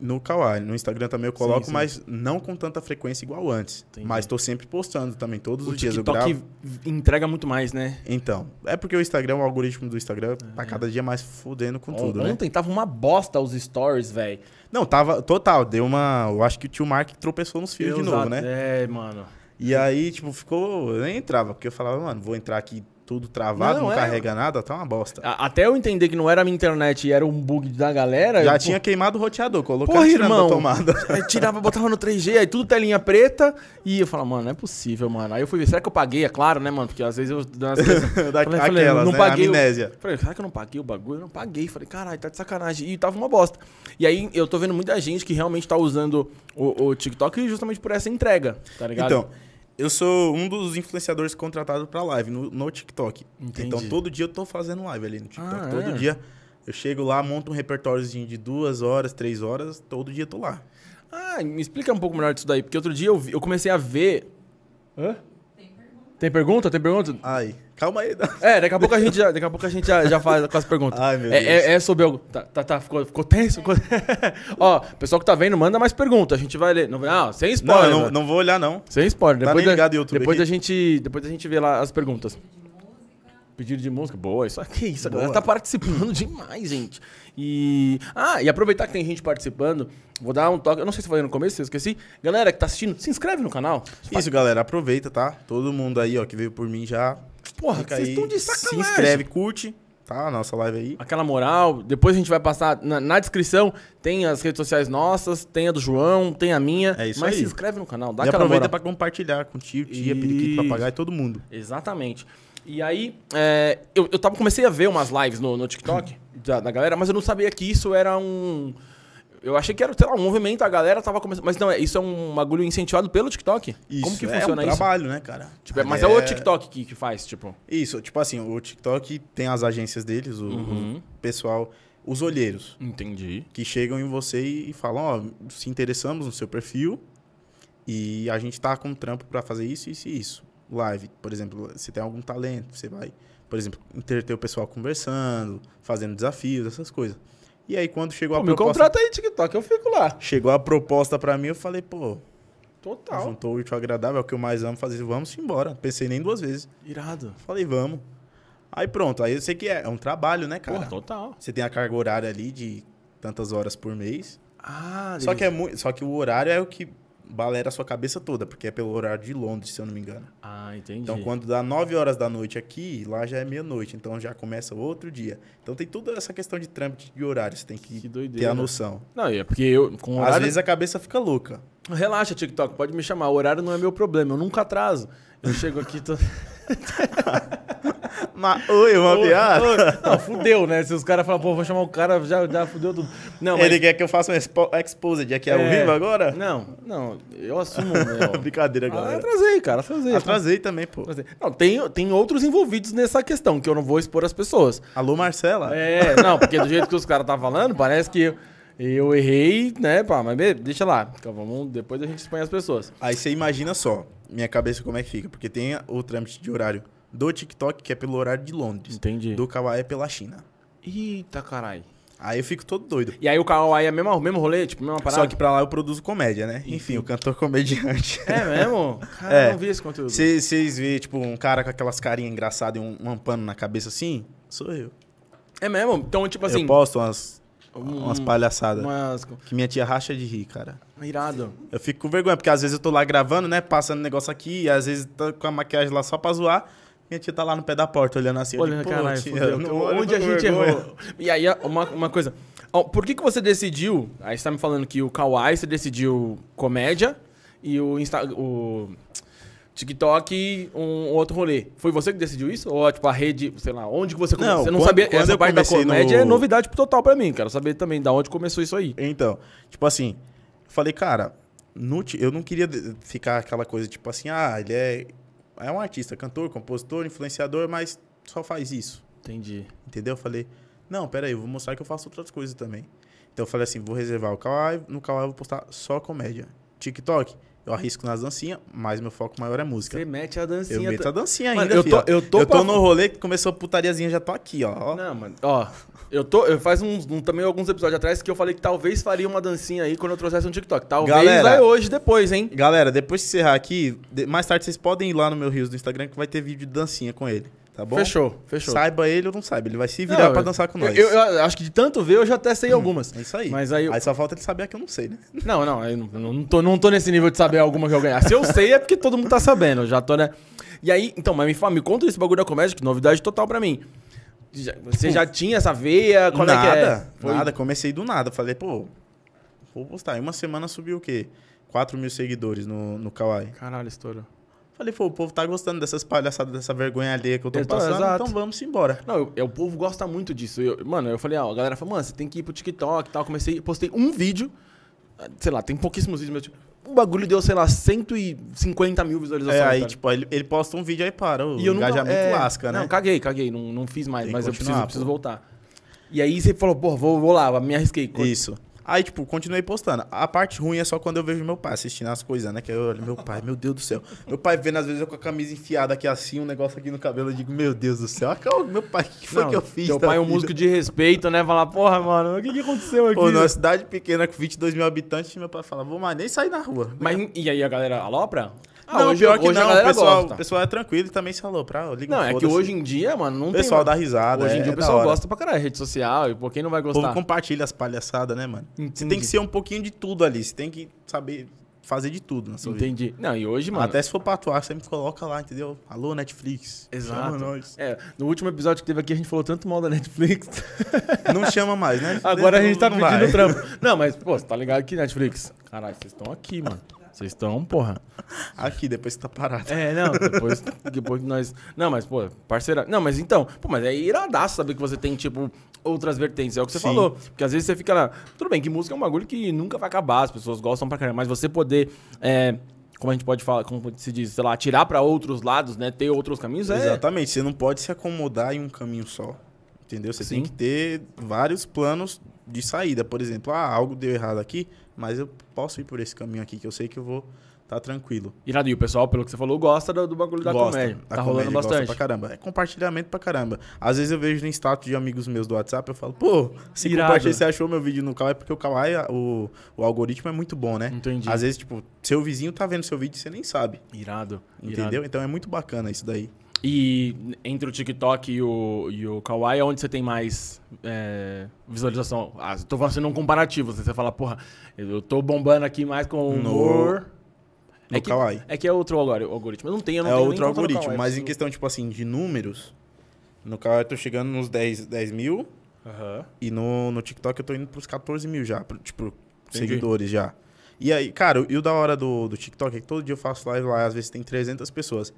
no Kawaii. No Instagram também eu coloco, sim. mas não com tanta frequência igual antes. Entendi. Mas tô sempre postando também, todos O os dias eu gravo. TikTok entrega muito mais, né? Então, é porque o Instagram, o algoritmo do Instagram tá cada dia mais fudendo com tudo, né? É. Ontem tava uma bosta os stories, velho. Não, tava total, deu uma, eu acho que o tio Mark tropeçou nos fios de Eu novo, já- né? É, mano. E aí, tipo, ficou, eu nem entrava, porque eu falava, mano, vou entrar aqui tudo travado, Não, não, é. carrega nada, tá uma bosta. A- Até eu entender que não era a minha internet e era um bug da galera. Já eu, tinha queimado o roteador, colocar Porra, tirando irmão. da tomada. pô, [LAUGHS] Aí tirava, botava no 3G, aí tudo telinha preta. E eu falava, mano, não é possível, mano. Aí eu fui ver, será que eu paguei? É claro, né, mano? Porque às vezes eu. dou umas coisas- [LAUGHS] da, Falei, falei, aquelas, não né? paguei o- Tá Amnésia. Falei, será que eu não paguei o bagulho? Eu não paguei. Falei, caralho, tá de sacanagem. E tava uma bosta. E aí eu tô vendo muita gente que realmente tá usando o, o TikTok justamente por essa entrega, tá ligado? Então, eu sou um dos influenciadores contratados pra live no, no TikTok. Entendi. Então, todo dia eu tô fazendo live ali no TikTok. Ah, todo é? dia eu chego lá, monto um repertóriozinho de duas horas, três horas, todo dia eu tô lá. Ah, me explica um pouco melhor disso daí, porque outro dia eu, vi- eu comecei a ver. Hã? Tem pergunta? Tem pergunta? Ai, calma aí. [LAUGHS] É, daqui a pouco a gente já, daqui a pouco a gente já, já faz com as perguntas. Ai, meu é, Deus. É, é sobre algo. Tá, tá, tá, ficou, ficou tenso? [LAUGHS] Ficou- Ó, pessoal que tá vendo, manda mais perguntas. A gente vai ler. Não, não sem Não, eu spoiler. não, velho. não vou olhar, não. Sem spoiler. Tá Depois, nem da- ligado o YouTube depois aqui. a gente, depois a gente vê lá as perguntas. Pedido de música, boa, isso aqui, isso, a galera tá Boa. participando [LAUGHS] demais, gente. E. Ah, e aproveitar que tem gente participando, vou dar um toque. Eu não sei se falei no começo, eu esqueci. Galera que tá assistindo, se inscreve no canal. Isso, galera, aproveita, tá? Todo mundo aí, ó, que veio por mim já. Porra, Fica Ah, vocês aí, estão de Se sacanagem. inscreve, curte, tá? A nossa live aí. Aquela moral, depois a gente vai passar na, na descrição, tem as redes sociais nossas, tem a do João, tem a minha. É isso mas aí. se inscreve no canal, dá e aquela aproveita moral. pra compartilhar com tio, tia, Isso. periquito, papagaio, todo mundo. Exatamente. E aí, é, eu, eu tava, comecei a ver umas lives no, no TikTok da, da galera, mas eu não sabia que isso era um. Eu achei que era, sei lá, um movimento, a galera tava começando. Mas não, é- isso é um bagulho incentivado pelo TikTok? Isso, Como que é funciona um isso? trabalho, né, cara? Tipo, é- mas é... o TikTok que, que faz, tipo. Isso, tipo assim, o TikTok tem as agências deles, o, Uhum. o pessoal, os olheiros, Entendi. que chegam em você e falam, ó, se interessamos no seu perfil e a gente tá com um trampo pra fazer isso, isso e isso. Live, por exemplo, você tem algum talento, você vai, por exemplo, entreter o pessoal conversando, fazendo desafios, essas coisas. E aí quando chegou Pô, a me proposta, contrata aí, TikTok, eu fico lá. chegou a proposta para mim, eu falei, pô, Total. juntou o útil ao agradável, é o que eu mais amo fazer, vamos embora. Pensei nem duas vezes. Irado. Falei, vamos. Aí pronto, aí eu sei que é, é um trabalho, né, cara? Porra, total. Você tem a carga horária ali de tantas horas por mês. Ah, Só que, é mui- só que o horário é o que balera a sua cabeça toda, porque é pelo horário de Londres, se eu não me engano. Ah, entendi. Então, quando dá 9 horas da noite aqui, lá já é meia-noite, então já começa outro dia. Então, tem toda essa questão de trâmite de horário, você tem que, Que ter doideira. a noção. Não, é porque eu, com Às horário vezes a cabeça [LAUGHS] fica louca. Relaxa, TikTok, pode me chamar. O horário não é meu problema, eu nunca atraso. Eu chego aqui. Tô... Mas, oi, [LAUGHS] uma piada. Não, fudeu, né? Se os caras falam, pô, vou chamar o cara, já, já fudeu tudo. Não, mas. Ele quer que eu faça um expo- exposed aqui ao É. vivo agora? Não, não, eu assumo, [LAUGHS] né? Brincadeira, ó. Ah, galera. atrasei, cara, atrasei. Atrasei também, pô. Atrasei. Não, tem, tem outros envolvidos nessa questão, que eu não vou expor as pessoas. Alô, Marcela? É, não, porque do jeito que os caras tá falando, parece que eu, eu errei, né, pá, mas be- deixa lá. Então, vamos, depois a gente expõe as pessoas. Aí você imagina só, minha cabeça como é que fica, porque tem o trâmite de horário do TikTok, que é pelo horário de Londres. Entendi. Do Kawaii é pela China. Eita, caralho. Aí eu fico todo doido. E aí o Kawaii é mesmo, mesmo rolê, tipo, mesma parada? Só que pra lá eu produzo comédia, né? Enfim, o cantor [LAUGHS] comediante. É mesmo? Cara, [LAUGHS] É. eu não vi esse conteúdo. Vocês vê, tipo, um cara com aquelas carinhas engraçadas e um, um pano na cabeça assim? Sou eu. É mesmo? Então, tipo assim, eu posto umas, Um- umas palhaçadas. umas... é Que minha tia racha de rir, cara. Irado. Eu fico com vergonha, porque às vezes eu tô lá gravando, né? Passando negócio aqui, e às vezes tô com a maquiagem lá só pra zoar. Minha tia tá lá no pé da porta olhando assim. eu Olha, digo, "Pô, caralho, tia, fudeu. eu não- eu onde tô a com gente vergonha." errou? E aí, uma, uma coisa. Ó, Por que que você decidiu... Aí você tá me falando que o Kawaii, você decidiu comédia e o, Insta, o TikTok, um outro rolê. Foi você que decidiu isso? Ou, tipo, a rede, sei lá, onde que você começou? Não, você não quando- sabia... quando essa eu parte da comecei no- comédia é novidade total pra mim. Quero saber também da onde começou isso aí. Então, tipo assim, eu falei, cara, no ti- eu não queria de- ficar aquela coisa, tipo assim, ah, ele é, é um artista, cantor, compositor, influenciador, mas só faz isso. Entendi. Entendeu? Eu falei, não, peraí, eu vou mostrar que eu faço outras coisas também. Então eu falei assim, vou reservar o Kawaii, no Kawaii eu vou postar só comédia. TikTok, eu arrisco nas dancinhas, mas meu foco maior é música. Você mete a dancinha... Eu meto a dancinha Mano, ainda, eu fi, tô- ó. eu tô pra- no rolê que começou a putariazinha, já tô aqui, ó. ó. Não, mano, ó, eu tô. Eu faz uns, um- também alguns episódios atrás que eu falei que talvez faria uma dancinha aí quando eu trouxesse um TikTok. Talvez Galera- tá vai hoje, depois, hein? Galera, depois que encerrar aqui, de- mais tarde vocês podem ir lá no meu Rios do Instagram que vai ter vídeo de dancinha com ele, tá bom? Fechou, fechou. Saiba ele ou não saiba, ele vai se virar Não, pra dançar com eu- nós. Eu, eu acho que de tanto ver eu já até sei algumas. É isso aí. Mas aí. eu- Aí só falta ele saber que eu não sei, né? Não, não, eu não, eu não, tô, não tô nesse nível de saber alguma que eu ganhar. Se eu sei é porque todo mundo tá sabendo, eu já tô, né? E aí, então, mas me, fala, me conta esse bagulho da comédia, que novidade total pra mim. Já- Você já tinha essa veia? Qual nada, é que é? Foi- nada. Comecei do nada. Falei, pô, vou postar. Em uma semana subiu o quê? 4 mil seguidores no, no Kawaii. Caralho, estourou. Falei, pô, o povo tá gostando dessas palhaçadas, dessa vergonha alheia que eu tô Eu tô- passando, exato. então vamos embora. Não, eu- eu- o povo gosta muito disso. Eu- mano, eu falei, ó, a galera falou, mano, você tem que ir pro TikTok e tal. Comecei, postei um vídeo, sei lá, tem pouquíssimos vídeos meus. Tipo, o bagulho deu, sei lá, 150 mil É, visualizações. aí, tá? tipo, aí ele, ele posta um vídeo aí para, o E eu nunca- engajamento é, lasca, né? Não, caguei, caguei, não, não fiz mais, Tem que mas eu continuar, preciso, preciso pô. voltar. E aí você falou, pô, vou, vou lá, me arrisquei. Co- Isso. Aí, tipo, continuei postando. A parte ruim é só quando eu vejo meu pai assistindo as coisas, né? Que eu olho, meu pai, meu Deus do céu. Meu pai vendo, às vezes, eu com a camisa enfiada aqui assim, um negócio aqui no cabelo, eu digo, meu Deus do céu, acabou, meu pai, o que foi Não, que eu fiz? Teu da pai é um vida? músico de respeito, né? Falar, porra, mano, o que, que aconteceu aqui? Pô, numa cidade pequena com 22 mil habitantes, meu pai fala, vou mais nem sair na rua. Mas e aí a galera alopra? Ah, não, pior que hoje a não, o galera pessoal, gosta. o pessoal é tranquilo e também se aloprar, liga Não, um é que foda-se. hoje em dia, mano, não o tem. pessoal mais- dá risada, Hoje é- em dia é o da pessoal hora. gosta pra caralho, rede social, e pô, quem não vai O povo gostar? compartilha as palhaçadas, né, mano? Você tem Entendi. que ser um pouquinho de tudo ali, você tem que saber fazer de tudo na sua vida. Entendi. Não, e hoje, mano. Até se for pra atuar, você me coloca lá, entendeu? Alô, Netflix. Exato. Chama nós. É, no último episódio que teve aqui, a gente falou tanto mal da Netflix. [LAUGHS] Não chama mais, [LAUGHS] né? Agora a gente tá Não pedindo vai. trampo. Não, mas, pô, você tá ligado aqui, Netflix? Caralho, vocês estão aqui, mano. Vocês estão, porra. Aqui, depois que tá parado. É, não, depois, depois que nós. Não, mas, pô, parceira. Não, mas então, pô, mas é iradaço saber que você tem, tipo, outras vertentes. É o que você Sim. falou. Porque às vezes você fica lá. Tudo bem que música é um bagulho que nunca vai acabar, as pessoas gostam pra caramba, mas você poder. é, como a gente pode falar, como se diz, sei lá, tirar pra outros lados, né? Ter outros caminhos é. Exatamente. Você não pode se acomodar em um caminho só. Entendeu? Você Sim. tem que ter vários planos de saída. Por exemplo, ah, algo deu errado aqui, mas eu posso ir por esse caminho aqui, que eu sei que eu vou tá tranquilo. Irado, e o pessoal, pelo que você falou, gosta do, do bagulho da comédia. A tá rolando comédia gosta bastante. Pra caramba. É compartilhamento pra caramba. Às vezes eu vejo no status de amigos meus do WhatsApp, eu falo, pô, se Irado. compartilha, você achou meu vídeo no Kawaii, porque o Kawaii, a- o, o algoritmo é muito bom, né? Entendi. Às vezes, tipo, seu vizinho tá vendo seu vídeo e você nem sabe. Irado. Entendeu? Irado. Então é muito bacana isso daí. E entre o TikTok e o, e o Kawaii, onde você tem mais é, assim visualização? Ah, tô fazendo um comparativo. Você fala, porra, eu tô bombando aqui mais com o No- humor. É No que, Kawaii. é que é outro algori- algoritmo. Eu não tenho, eu não é tenho nem outro conta no algoritmo, Kawaii, mas em preciso- questão, tipo assim, de números, no Kawaii eu tô chegando nos 10, 10 mil Aham. e no, no TikTok eu tô indo pros 14 mil já, pro- tipo, Entendi. seguidores já. E aí, cara, e o da hora do, do TikTok é que todo dia eu faço live lá, às vezes tem 300 pessoas.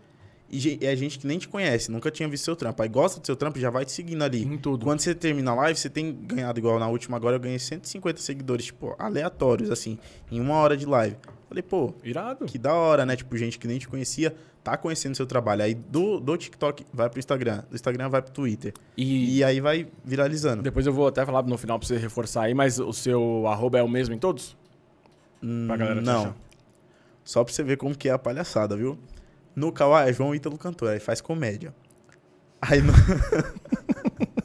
E ge- é gente que nem te conhece, nunca tinha visto seu trampo. Aí gosta do seu trampo e já vai te seguindo ali. Em tudo. Quando você termina a live, você tem ganhado igual na última agora, eu ganhei 150 seguidores, tipo, aleatórios, assim, em uma hora de live. Falei, pô, Irado. que da hora, né? Tipo, gente que nem te conhecia, tá conhecendo seu trabalho. Aí do, do TikTok vai pro Instagram, do Instagram vai pro Twitter. E E aí vai viralizando. depois eu vou até falar no final pra você reforçar aí, mas o seu arroba é o mesmo em todos? Hum, Pra galera te Não. achar. Só pra você ver como que é a palhaçada, viu? No Kawaii é João Ítalo Cantor, aí faz comédia. Aí no, [LAUGHS]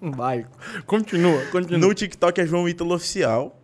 Vai. Continua, continua. no TikTok é João Ítalo Oficial.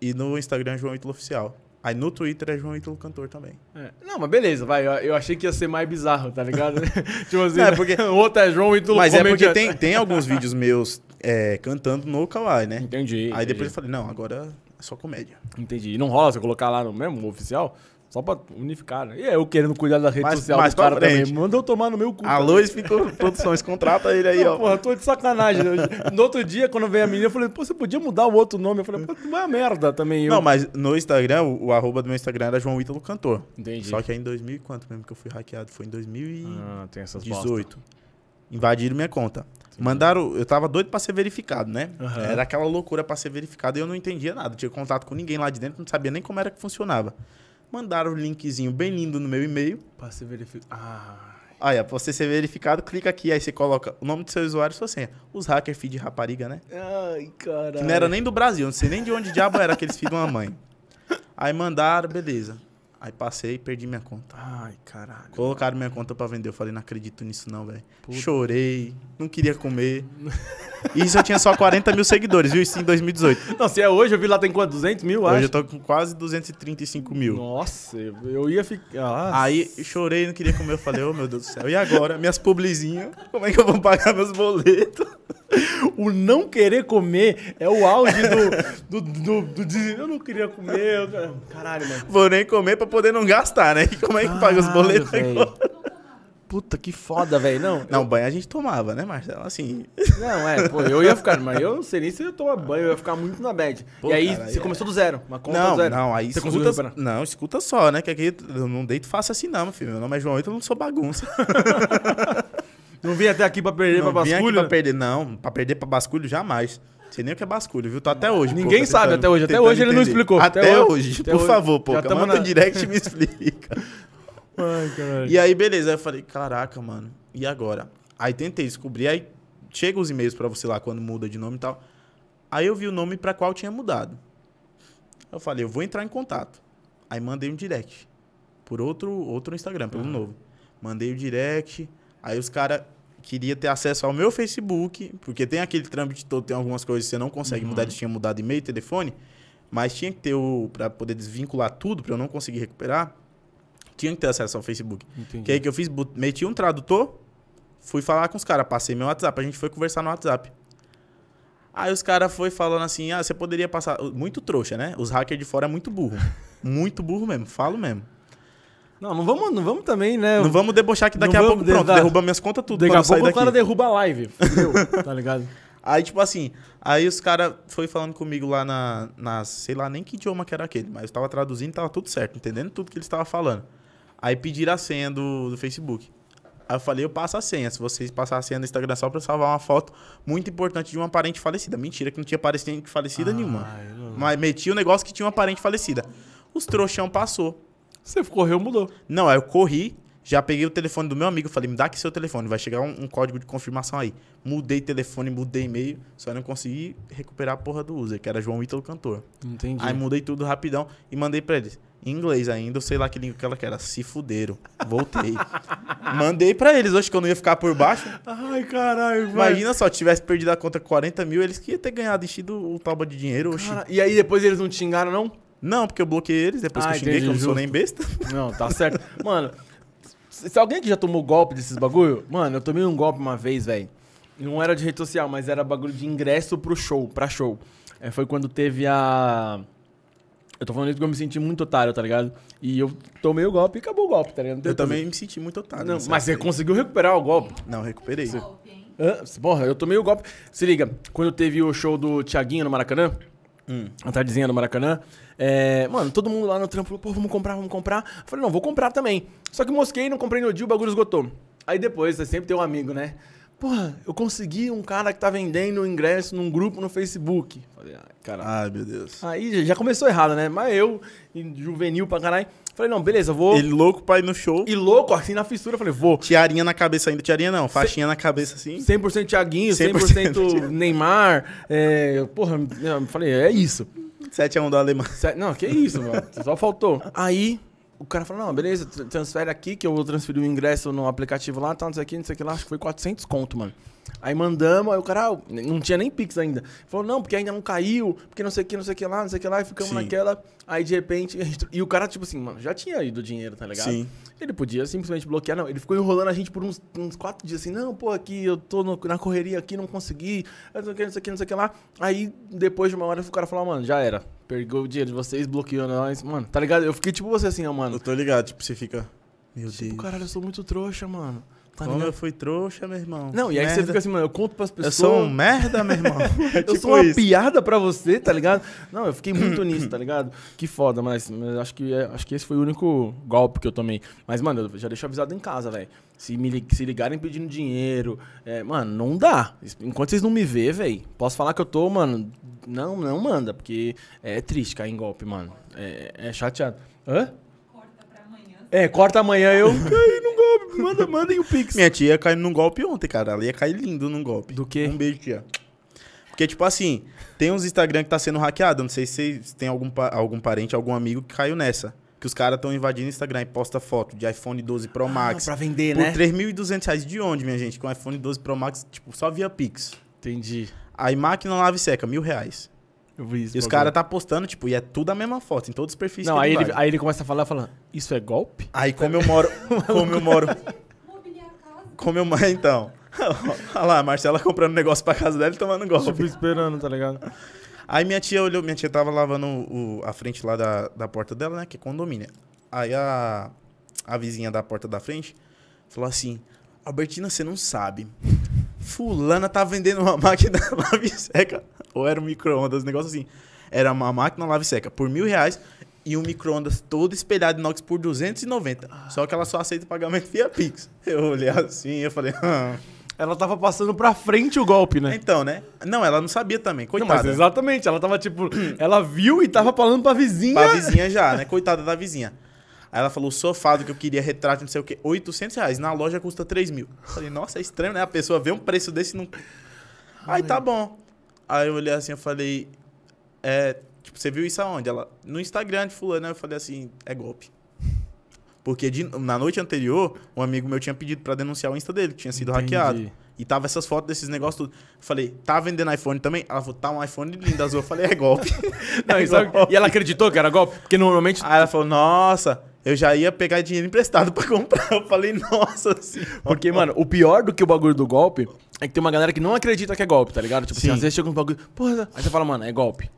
E no Instagram é João Ítalo Oficial. Aí no Twitter é João Ítalo Cantor também. É. Não, mas beleza, vai. Eu, eu achei que ia ser mais bizarro, tá ligado? [LAUGHS] tipo assim, Não, [LAUGHS] é porque- o outro é João e tu Mas é porque comediante. tem, tem alguns vídeos meus é, cantando no Kawaii, né? Entendi. Aí entendi. depois eu falei, não, agora é só comédia. Entendi. E não rola você colocar lá no mesmo oficial? Só pra unificar, né? E eu querendo cuidar da rede Mas- social mas do pra cara também. frente. Manda eu tomar no meu cu. Alô, Espírito Produções, contrata ele aí, Não, ó. porra, tô de sacanagem. Eu- no outro dia, quando veio a menina, eu falei, pô, você podia mudar o outro nome? Eu falei, pô, tu vai a merda também. Eu... Não, mas no Instagram, o, o arroba do meu Instagram era João Ítalo Cantor. Entendi. Só que aí em 2000 e quanto mesmo que eu fui hackeado? Foi em 2018. Ah, tem essas Invadiram minha conta. Mandaram. Eu tava doido pra ser verificado, né? Aham. Era aquela loucura pra ser verificado e eu não entendia nada. Tinha contato com ninguém lá de dentro, não sabia nem como era que funcionava. Mandaram o linkzinho bem lindo no meu e-mail. Passei verificar. Ah. Aí, ó, pra você ser verificado, clica aqui. Aí você coloca o nome do seu usuário e sua senha. Os hackers feed de rapariga, né? Ai, caralho. Que não era nem do Brasil, não sei nem de onde diabo era aqueles filhos de uma mãe. Aí mandaram, beleza. Aí passei e perdi minha conta. Ai, caralho. Colocaram minha conta pra vender. Eu falei, não acredito nisso não, velho. Chorei, não queria comer. E isso eu tinha só 40 mil seguidores, viu? Isso em 2018. Não, se é hoje, eu vi lá tem quanto? 200 mil, Hoje eu acho? tô com quase 235 mil. Nossa, eu eu ia ficar... Ah, Aí chorei, não queria comer. Eu falei, ô meu Deus do céu, e agora? Minhas publizinhas, como é que eu vou pagar meus boletos? O não querer comer é o auge do... do, do, do des- Eu não queria comer. eu- Caralho, mano. Vou nem comer pra poder não gastar, né? E como é que paga os boletos Caralho, agora? velho. Puta, que foda, velho. Não, Não, banho a gente tomava, né, Marcelo? Assim, Não, é, pô, eu ia ficar, mas eu não sei nem se eu tomar banho, eu ia ficar muito na bad. Pô, e aí cara, você é. começou do zero, uma conta não, zero. não, aí você conseguiu escuta, recuperar. não, escuta só, né? Que aqui eu não deito faço assim não, meu filho. Meu nome é João, então eu não sou bagunça. Não vim até aqui pra perder, não pra vim aqui basculho. pra perder, não. Pra perder pra basculho, jamais. Não sei nem o que é basculho, viu? Tô até hoje. Ninguém tá sabe até hoje. Até tentando hoje ele não explicou. Até, Até hoje. hoje, Até por hoje. favor, pô. Já tamo Manda na- um direct e me explica. Ai, caralho. E aí, beleza. Aí eu falei, caraca, mano, e agora? Aí tentei descobrir, aí chega os e-mails pra você lá quando muda de nome e tal. Aí eu vi o nome pra qual tinha mudado. Eu falei, eu vou entrar em contato. Aí mandei um direct. Por outro, outro Instagram, pelo novo. Mandei o direct. Aí os caras queriam ter acesso ao meu Facebook, porque tem aquele trâmite todo, tem algumas coisas que você não consegue mudar, eles tinham mudado e-mail, telefone, mas tinha que ter o. pra poder desvincular tudo, pra eu não conseguir recuperar, tinha que ter acesso ao Facebook. Entendi. Que aí que eu fiz? Bot- Meti um tradutor, fui falar com os caras, passei meu WhatsApp, a gente foi conversar no WhatsApp. Aí os caras foi falando assim, ah, você poderia passar... Muito trouxa, né? Os hackers de fora é [LAUGHS] muito burro. muito burro mesmo, falo mesmo. Não, não vamos, não vamos também, né? Não vamos debochar que daqui Não a vamos pouco, pronto, derrubar. derruba minhas contas tudo Daqui quando a eu sair pouco o daqui. cara derruba a live, fudeu, tá ligado? Aí, tipo assim, aí os caras foi falando comigo lá na, na. Sei lá nem que idioma que era aquele, mas eu tava traduzindo tava tudo certo, entendendo tudo que eles estavam falando. Aí pediram a senha do, do Facebook. Aí eu falei, eu passo a senha. Se vocês passarem a senha do Instagram só pra salvar uma foto muito importante de uma parente falecida. Mentira, que não tinha parente falecida Ah. nenhuma. Ai, eu não- Mas meti o negócio que tinha uma parente falecida. Os trouxão passou. Você correu, mudou. Não, aí eu corri, já peguei o telefone do meu amigo, falei, me dá aqui seu telefone, vai chegar um, um código de confirmação aí. Mudei telefone, mudei e-mail, só não consegui recuperar a porra do user, que era João Ítalo Cantor. Entendi. Aí mudei tudo rapidão e mandei pra eles. Em inglês ainda, eu sei lá que língua que ela que era. Se fuderam. [LAUGHS] Voltei. mandei pra eles, hoje que eu não ia ficar por baixo. Ai, caralho, velho. Imagina só, tivesse perdido a conta com 40 mil, eles que iam ter ganhado, enchido o toba de dinheiro. oxi. Cara, E aí depois eles não te xingaram, não? Não, porque eu bloqueei eles, depois Ah, que eu xinguei, entendi, que eu não sou justo. nem besta. [LAUGHS] Não, tá certo. Mano, se se alguém que já tomou golpe desses bagulho, mano, eu tomei um golpe uma vez, velho. Não era de rede social, mas era bagulho de ingresso pro show, pra show. É, foi quando teve a. Eu tô falando isso porque eu me senti muito otário, tá ligado? E eu tomei o golpe e acabou o golpe, tá ligado? Não tem Eu o que também me senti muito otário. fazer. Não, nessa mas você época conseguiu recuperar o golpe. aí. Não, recuperei. Golpe, hein? Hã? Porra, eu tomei o golpe. Se liga, quando teve o show do Thiaguinho no Maracanã, a tardezinha no Maracanã, é, mano, todo mundo lá no trampo falou, pô, vamos comprar, vamos comprar. Eu falei, não, vou comprar também. Só que mosquei, não comprei no dia, o bagulho esgotou. Aí depois, você sempre tem um amigo, né? Porra, eu consegui um cara que tá vendendo ingresso num grupo no Facebook. Falei, ai, caralho. Ai, meu Deus. Aí já- já começou errado, né? Mas eu, e juvenil pra caralho, falei, não, beleza, vou. Ele louco pra ir no show. E louco, assim, na fissura, falei, vou. Tiarinha na cabeça ainda. Tiarinha não, faixinha na cabeça assim. 100% Thiaguinho, 100%, 100% Neymar. É, porra, eu falei, é isso. 7x1 da Alemanha. Sé- Não, que isso, mano. Só faltou. Aí o cara falou: não, beleza, tr- transfere aqui que eu vou transferir o ingresso no aplicativo lá, tá, não sei o que, não sei o que lá. Acho que foi 400 conto, mano. Aí mandamos, aí o cara, ah, não tinha nem Pix ainda. Falou, não, porque ainda não caiu, porque não sei o que, não sei o que lá, não sei o que lá, e ficamos Sim. naquela. Aí de repente. [LAUGHS] a gente- E o cara, tipo assim, mano, já tinha ido o dinheiro, tá ligado? Sim. Ele podia simplesmente bloquear, não. Ele ficou enrolando a gente por uns, uns quatro dias, assim, não, pô, aqui eu tô no- na correria aqui, não consegui, não sei o que, não sei o que, não sei o que lá. Aí, depois de uma hora, o cara falou, "Ah, mano, já era. Pegou o dinheiro de vocês, bloqueou nós, mano, tá ligado? Eu fiquei tipo você assim, ó, mano. Eu tô ligado, tipo, você fica. Meu Tipo, Deus. caralho, eu sou muito trouxa, mano. Tá Como eu ligado? fui trouxa, meu irmão. Não, e aí você Merda. fica assim, mano, eu conto pras Eu pessoas. sou um merda, [LAUGHS] meu irmão. É Eu sou uma piada pra você, tá ligado? Não, eu fiquei muito nisso, tá ligado? Que foda, mas, mas acho, que, é- acho que esse foi o único golpe que eu tomei. Mas, mano, eu já deixo avisado em casa, velho. Se me li- se ligarem pedindo dinheiro, é, mano, não dá. Enquanto vocês não me vê, velho, posso falar que eu tô, mano. Não, não manda, porque é triste cair em golpe, mano. É, é chateado. Hã? Corta pra amanhã. É, corta amanhã eu caí num golpe. Manda, mandem o Pix. Minha tia caiu num golpe ontem, cara. Ela ia cair lindo num golpe. Do quê? Um beijo, tia. Porque, tipo assim, tem uns Instagram que tá sendo hackeado. Não sei se vocês têm algum, pa- algum parente, algum amigo que caiu nessa. Que os caras estão invadindo o Instagram e posta foto de iPhone 12 Pro Max. Ah, pra vender, por né? 3.200 reais. De onde, minha gente? Com iPhone 12 Pro Max, tipo, só via Pix. Entendi. Aí máquina lava e seca, mil reais. Eu vi isso. E os bagulho. caras tá postando, tipo, e é tudo a mesma foto, em todos os perfis Não, que aí ele, invade. aí ele começa a falar, fala, isso é golpe? Aí como eu [LAUGHS] moro. como eu moro. Mobiliar a casa. Como eu moro, [LAUGHS] então. Olha lá, a Marcela comprando negócio pra casa dela e tomando Tipo, golpe. esperando, tá ligado? Aí minha tia olhou, minha tia tava lavando o- a frente lá da, da porta dela, né? Que é condomínio. Aí a, a vizinha da porta da frente falou assim: Albertina, você não sabe. Fulana tá vendendo uma máquina [LAUGHS] lave seca. Ou era um micro-ondas, um negócio assim. Era uma máquina lave seca por mil reais e um micro-ondas todo espelhado inox por 290. Só que ela só aceita pagamento via Pix. Eu olhei assim eu falei, ah. Ela tava passando pra frente o golpe, né? Então, né? Não, ela não sabia também. Não, mas Coitada. exatamente, ela tava tipo, ela viu e tava falando pra vizinha. Pra vizinha já, né? Coitada da vizinha. Aí ela falou, o sofá do que eu queria, retrato, não sei o quê, 800 reais. Na loja custa 3 mil. Eu Falei, nossa, é estranho, né? A pessoa vê um preço desse e não... Aí tá bom. Aí eu olhei assim, eu falei, é... Tipo, você viu isso aonde? Ela, no Instagram de fulano. Aí eu falei assim, é golpe. Porque de- na noite anterior, um amigo meu tinha pedido pra denunciar o Insta dele, que tinha sido Entendi. hackeado. E tava essas fotos desses negócios tudo. Eu Falei, tá vendendo iPhone também? Ela falou, tá um iPhone lindo azul. Eu falei, é golpe. Não, e, sabe- e ela acreditou que era golpe? Porque normalmente. Aí ela falou, nossa, eu já ia pegar dinheiro emprestado pra comprar. Eu falei, nossa, sim. Porque, mano, o pior do que o bagulho do golpe é que tem uma galera que não acredita que é golpe, tá ligado? Tipo, assim, Sim. às vezes chega um bagulho, porra, aí você fala, mano, é golpe.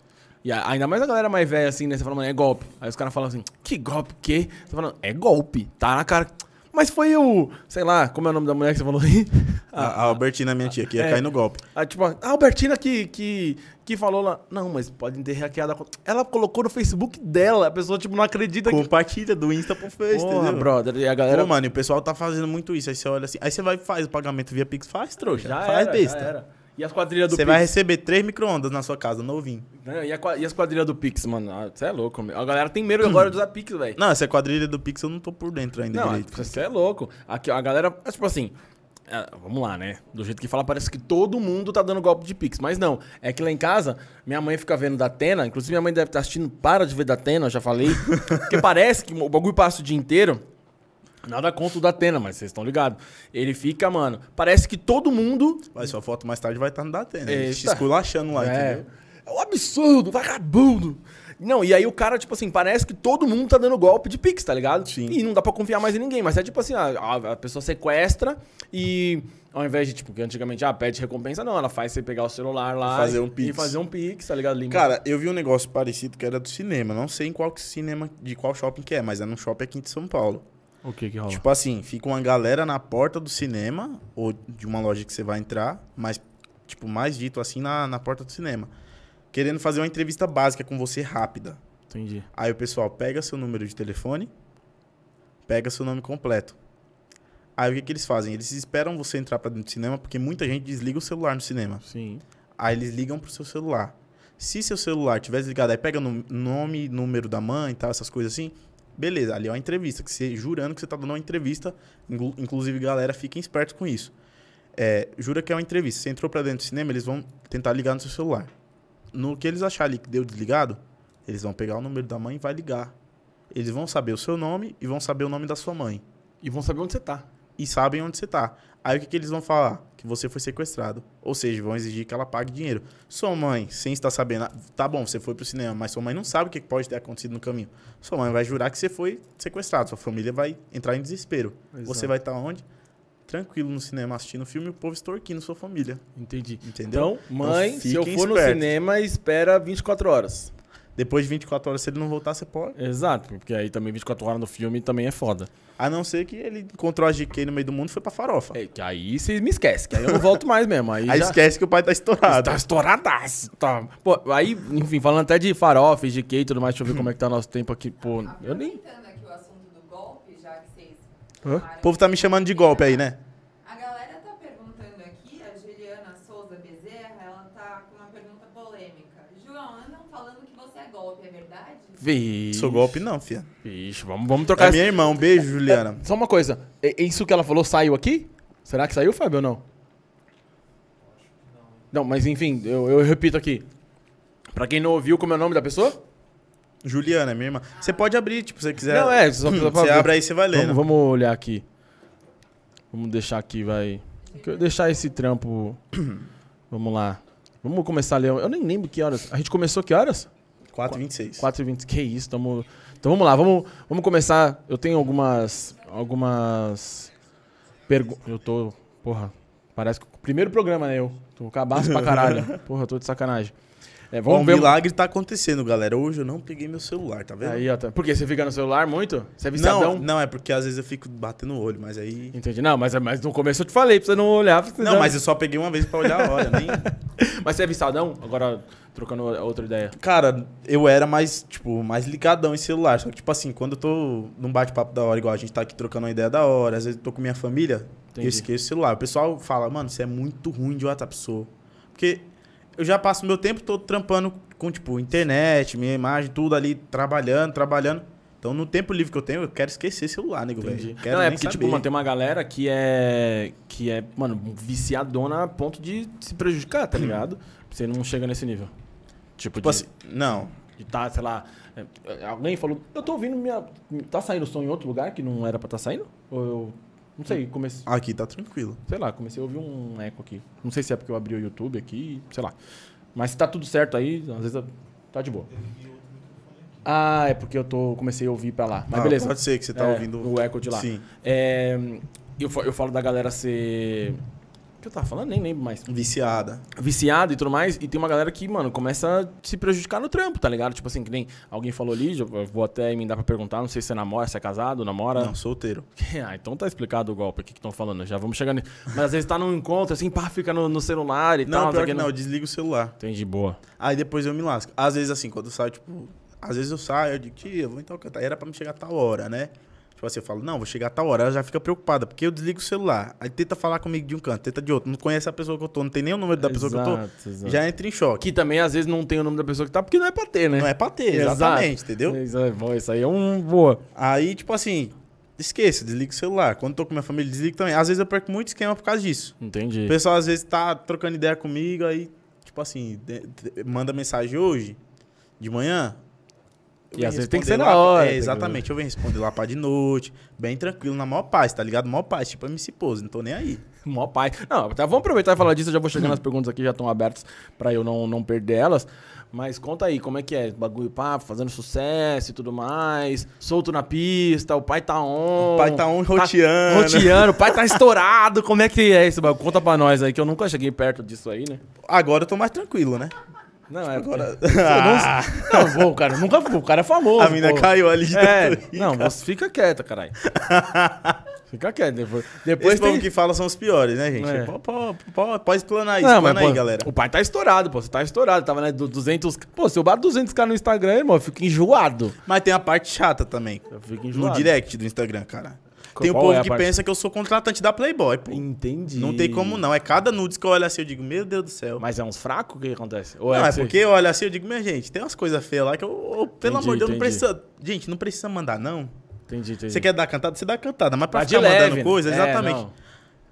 E a- ainda mais a galera mais velha assim, né? Você fala, mano, é golpe. Aí os caras falam assim, que golpe, o quê? Você fala, é golpe, tá na cara. Mas foi o, sei lá, como é o nome da mulher que você falou aí? A, a Albertina, minha tia, que ia É. cair no golpe. Ah, tipo, a Albertina que, que, que falou lá. Não, mas podem ter hackeado a conta. Ela colocou no Facebook dela. A pessoa, tipo, não acredita que. Compartilha do Insta pro Face, Porra, entendeu? brother. E a galera. Pô, mano, e o pessoal tá fazendo muito isso. Aí você olha assim, aí você vai e faz o pagamento via Pix, faz trouxa, já faz era, besta. já era. E as quadrilhas do Você vai Pix. receber três micro-ondas na sua casa, novinho. né? E, a qua- e as quadrilhas do Pix, mano. Você é louco. meu. A galera tem [CLEARS THROAT] medo agora de usar Pix, velho. Não, essa quadrilha do Pix eu não tô por dentro ainda Não, direito. você é louco. Aqui, ó, a galera, é tipo assim, é, vamos lá, né? Do jeito que fala, parece que todo mundo tá dando golpe de Pix. Mas não, é que lá em casa, minha mãe fica vendo da Atena, inclusive minha mãe deve estar assistindo, para de ver da Atena, eu já falei. [LAUGHS] porque parece que o bagulho passa o dia inteiro. Nada contra o da Atena, mas vocês estão ligados. Ele fica, mano, parece que todo mundo Mas sua foto mais tarde vai estar no tá Datena. né? Eita. Te esculachando lá, é. entendeu? É um absurdo, vagabundo. Não, e aí o cara, tipo assim, parece que todo mundo tá dando golpe de Pix, tá ligado? Sim. E não dá pra confiar mais em ninguém. Mas é tipo assim, a, a- a pessoa sequestra e ao invés de, tipo, que antigamente, ah, pede recompensa, não. Ela faz você pegar o celular lá E fazer um e- Pix. e fazer um Pix, tá ligado? Limpa. Cara, eu vi um negócio parecido que era do cinema. Não sei em qual que cinema, de qual shopping que é, mas é num shopping aqui de São Paulo. o que que rola? Tipo assim, fica uma galera na porta do cinema, ou de uma loja que você vai entrar, mas, tipo, mais dito assim, na, na porta do cinema. Querendo fazer uma entrevista básica com você rápida. Entendi. Aí o pessoal pega seu número de telefone, pega seu nome completo. Aí o que, que eles fazem? Eles esperam você entrar pra dentro do cinema, porque muita gente desliga o celular no cinema. Sim. Aí eles ligam pro seu celular. Se seu celular tiver desligado, aí pega no nome, número da mãe e tal, essas coisas assim. Beleza, ali é uma entrevista, que você jurando que você tá dando uma entrevista. Inclu- Inclusive, galera, fiquem espertos com isso. É, jura que é uma entrevista. Você entrou pra dentro do cinema, eles vão tentar ligar no seu celular. No que eles acharem que deu desligado, eles vão pegar o número da mãe e vai ligar. Eles vão saber o seu nome e vão saber o nome da sua mãe E vão saber onde você tá. e sabem onde você tá. Aí o que, que eles vão falar? Que você foi sequestrado. Ou seja, vão exigir que ela pague dinheiro. Sua mãe, sem estar sabendo, ah, tá bom, você foi pro cinema, mas sua mãe não sabe o que pode ter acontecido no caminho. Sua mãe vai jurar que você foi sequestrado. Sua família vai entrar em desespero. Você vai estar onde? Tranquilo no cinema assistindo o filme e o povo extorquindo sua família. Entendi. Entendeu? Então, mãe, se eu fiquem for no espertos. cinema, espera 24 horas. Depois de 24 horas, se ele não voltar, você pode. Exato, porque aí também 24 horas no filme também é foda. A não ser que ele encontrou a GK no meio do mundo e foi pra farofa. É, que aí vocês me esquecem, que aí eu não volto mais mesmo. Aí, Aí já- esquece que o pai tá estourado. Tá estouradaço. Tá. Pô, aí, enfim, falando até de farofa, de cake e tudo mais, deixa eu ver como é que tá nosso tempo aqui. Pô, eu nem. Aproveitando aqui o assunto do golpe, já que vocês Hã? O falaram, povo tá me chamando de golpe aí, né? A galera tá perguntando aqui, a Juliana Souza Bezerra, ela tá com uma pergunta polêmica. João, andam falando que você é golpe, é verdade? Vixe, Sou golpe não, filha. Vixe, vamos, vamos trocar É essa. minha irmã, um beijo, Juliana. Só uma coisa, é- é isso que ela falou saiu aqui? Será que saiu, Fábio, ou não? Não, mas enfim, eu, eu repito aqui. Pra quem não ouviu, como é o nome da pessoa? Juliana, é minha irmã. Você pode abrir, tipo, se você quiser. Não, é, só- só pra [LAUGHS] Você ver. abre aí, você vai lendo. Vamos, vamos olhar aqui. Vamos deixar aqui, vai. Que eu Deixar esse trampo. [CLEARS THROAT] vamos lá. Vamos começar a ler. Eu nem lembro que horas. A gente começou que horas? 4,26. 4h20. Que isso, tamo... Então vamos lá, vamos, vamos começar. Eu tenho algumas. Algumas. Pergu... Eu tô. Porra, parece que. o Primeiro programa, né? Eu. Tô cabaço pra [LAUGHS] caralho. Porra, tô de sacanagem. É, Ó, um vamos ver. milagre tá acontecendo, galera. Hoje eu não peguei meu celular, tá vendo? Aí, ó, tá. Por quê? Você fica no celular muito? Você é viciadão? não, não, é porque às vezes eu fico batendo o olho, mas aí. Entendi. Não, mas, mas no começo eu te falei pra você não olhar. pra você Não, mas eu só peguei uma vez pra olhar a hora, nem. Mas você é viciadão? Agora, trocando outra ideia. Cara, eu era mais, tipo, mais ligadão em celular. Só que, tipo assim, quando eu tô num bate-papo da hora, igual a gente tá aqui trocando uma ideia da hora, às vezes eu tô com minha família, Entendi. eu esqueço o celular. O pessoal fala, mano, você é muito ruim de WhatsApp, sou. Porque eu já passo o meu tempo todo trampando com, tipo, internet, minha imagem, tudo ali, trabalhando, trabalhando. Então, no tempo livre que eu tenho, eu quero esquecer celular, nego, velho. Quero Não, é nem porque, tipo, saber. mano, tem uma galera que é. que é, mano, viciadona a ponto de se prejudicar, [CLEARS THROAT] tá ligado? Você não chega nesse nível. Tipo, Tipo de, assim, não. de tá, sei lá. é, Alguém falou. Eu tô ouvindo minha. Tá saindo som em outro lugar que não era pra tá saindo? Ou eu. Não sei, comecei. Aqui tá tranquilo. Sei lá, comecei a ouvir um eco aqui. Não sei se é porque eu abri o YouTube aqui, sei lá. Mas se tá tudo certo aí, às vezes eu- tá de boa. Ah, é porque eu tô, comecei a ouvir pra lá. Mas Ah, beleza. Pode ser que você tá É, ouvindo. o eco de lá. Sim. É, eu, fa- eu falo da galera ser. O que eu tava falando? Nem lembro mais. Viciada. Viciado e tudo mais. E tem uma galera que, mano, começa a se prejudicar no trampo, tá ligado? Tipo assim, que nem alguém falou ali, eu eu vou até emendar pra perguntar, não sei se você namora, se é casado, namora. Não, solteiro. [LAUGHS] ah, então tá explicado o golpe, o que estão falando? Já vamos chegar nisso. Mas às vezes tá num encontro, assim, pá, fica no, no celular e Não, tal. pior sei que o né? não, eu desligo o celular. Entendi, boa. Aí depois eu me lasco. Às vezes, assim, quando eu saio, tipo, às vezes eu saio, eu digo, tia, eu vou então cantar. Era pra me chegar a tal hora, né? Tipo assim, eu falo, não, vou chegar a tal hora. Ela já fica preocupada, porque eu desligo o celular. Aí tenta falar comigo de um canto, tenta de outro. Não conhece a pessoa que eu tô, não tem nem o número da pessoa que eu Exato, tô. exato. Já é entra em choque. Que também às vezes não tem o nome da pessoa que tá, porque não é pra ter, né? Não é pra ter, exatamente, entendeu? Isso é bom, isso aí é um boa. Aí, tipo assim, esqueça, desligo o celular. Quando eu tô com minha família, desligo também. Às vezes eu perco muito esquema por causa disso. Entendi. O pessoal às vezes tá trocando ideia comigo, aí, tipo assim, de- de- manda mensagem hoje, de manhã. Eu E venho às vezes tem que responder ser na lá- hora, É, tá exatamente. Eu venho responder lá pra de noite, bem tranquilo, na maior paz, tá ligado? Maior paz, tipo a MC Pose, não tô nem aí. [LAUGHS] Mó pai. Não, tá, vamos aproveitar e falar disso. Eu já vou chegando nas perguntas aqui, já estão abertas pra eu não, não perder elas. Mas conta aí, como é que é? Bagulho, pá, fazendo sucesso e tudo mais. Solto na pista, o pai tá on. O pai tá on e roteando. roteando, o pai tá estourado. Como é que é isso, bagulho? Conta pra nós aí, que eu nunca cheguei perto disso aí, né? Agora eu tô mais tranquilo, né? Não, é. Agora. Não, não, vou, cara, nunca vou. O cara é famoso. a mina pô. caiu ali de É, tanto rir, não, cara. você fica quieta, [LAUGHS] caralho. Fica quieta. Depois, depois Esse tem... povo que fala são os piores, né, gente? É. Pô, pô, pô, pode explanar isso, Não, mas, explana aí, pô, galera. O pai tá estourado, pô. Você tá estourado. Tava, né, du- 200... Pô, se eu bato 200 caras no Instagram, irmão, eu fico enjoado. Mas tem a parte chata também. Eu fico No enjoado. direct do Instagram, cara. Qual Tem o é povo a que parte? pensa que eu sou contratante da Playboy, pô. Entendi. Não tem como não. É cada nudes que eu olho assim, eu digo, meu Deus do céu. Mas é uns fracos que acontece? Ou Não, é que você- porque eu olho assim, eu digo, minha gente, tem umas coisas feias lá que eu, eu- pelo Entendi, amor de Deus, não entendi. precisa. Gente, não precisa mandar, não. Entendi, entendi. Você quer dar cantada? Você dá cantada, mas pra Mas de ficar mandando leve, né? coisa, É, exatamente. não.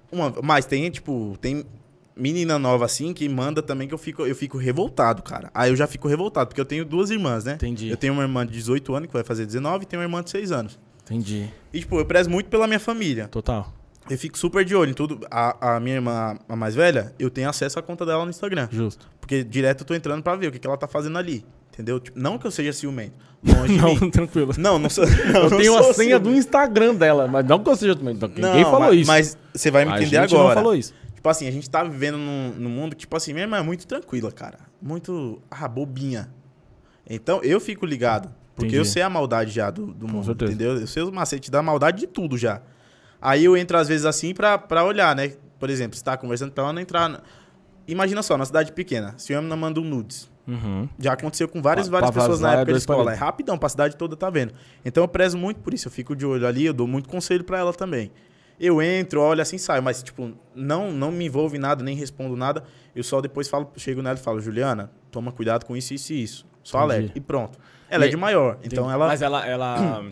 Uma- mas tem, tipo, tem menina nova assim que manda também que eu fico, eu fico revoltado, cara. Aí eu já fico revoltado, porque eu tenho duas irmãs, né? Entendi. Eu tenho uma irmã de 18 anos, que vai fazer 19, e tenho uma irmã de 6 anos. Entendi. E, tipo, eu prezo muito pela minha família. Total. Eu fico super de olho em tudo. A, a minha irmã, a mais velha, eu tenho acesso à conta dela no Instagram. Justo. Porque direto eu tô entrando pra ver o que, que ela tá fazendo ali. Entendeu? Tipo, não que eu [LAUGHS] seja ciumento. Longe de [LAUGHS] mim. Não, tranquilo. Não, não sou. Não, eu não tenho a sou senha do ciumento. Instagram dela, mas não que eu seja também. Então, Não, ninguém falou mas, isso. Mas você vai me A entender gente agora. não falou isso. Tipo assim, a gente tá vivendo num, num mundo que, tipo assim, minha irmã é muito tranquila, cara. Muito. Ah, bobinha. Então eu fico ligado. Porque Entendi. eu sei a maldade já do, do mundo, certeza. entendeu? Eu sei os macetes da maldade de tudo já. Aí eu entro às vezes assim pra, pra olhar, né? Por exemplo, você tá conversando pra ela não entrar. na- Imagina só, na cidade pequena, se o homem não manda um nudes. Uhum. Já aconteceu com várias, Pra- várias pra pessoas na vazar, é época de dois escola. É palitos. rapidão, pra cidade toda tá vendo. Então eu prezo muito por isso. Eu fico de olho ali, eu dou muito conselho pra ela também. Eu entro, olho assim, saio, mas, tipo, não, não me envolvo em nada, nem respondo nada. Eu só depois falo, chego nela e falo, Juliana, toma cuidado com isso, isso e isso. Só Entendi. alerta. E pronto. Ela E- é de maior. Então Entendi. ela. Mas ela, [CLEARS THROAT] ela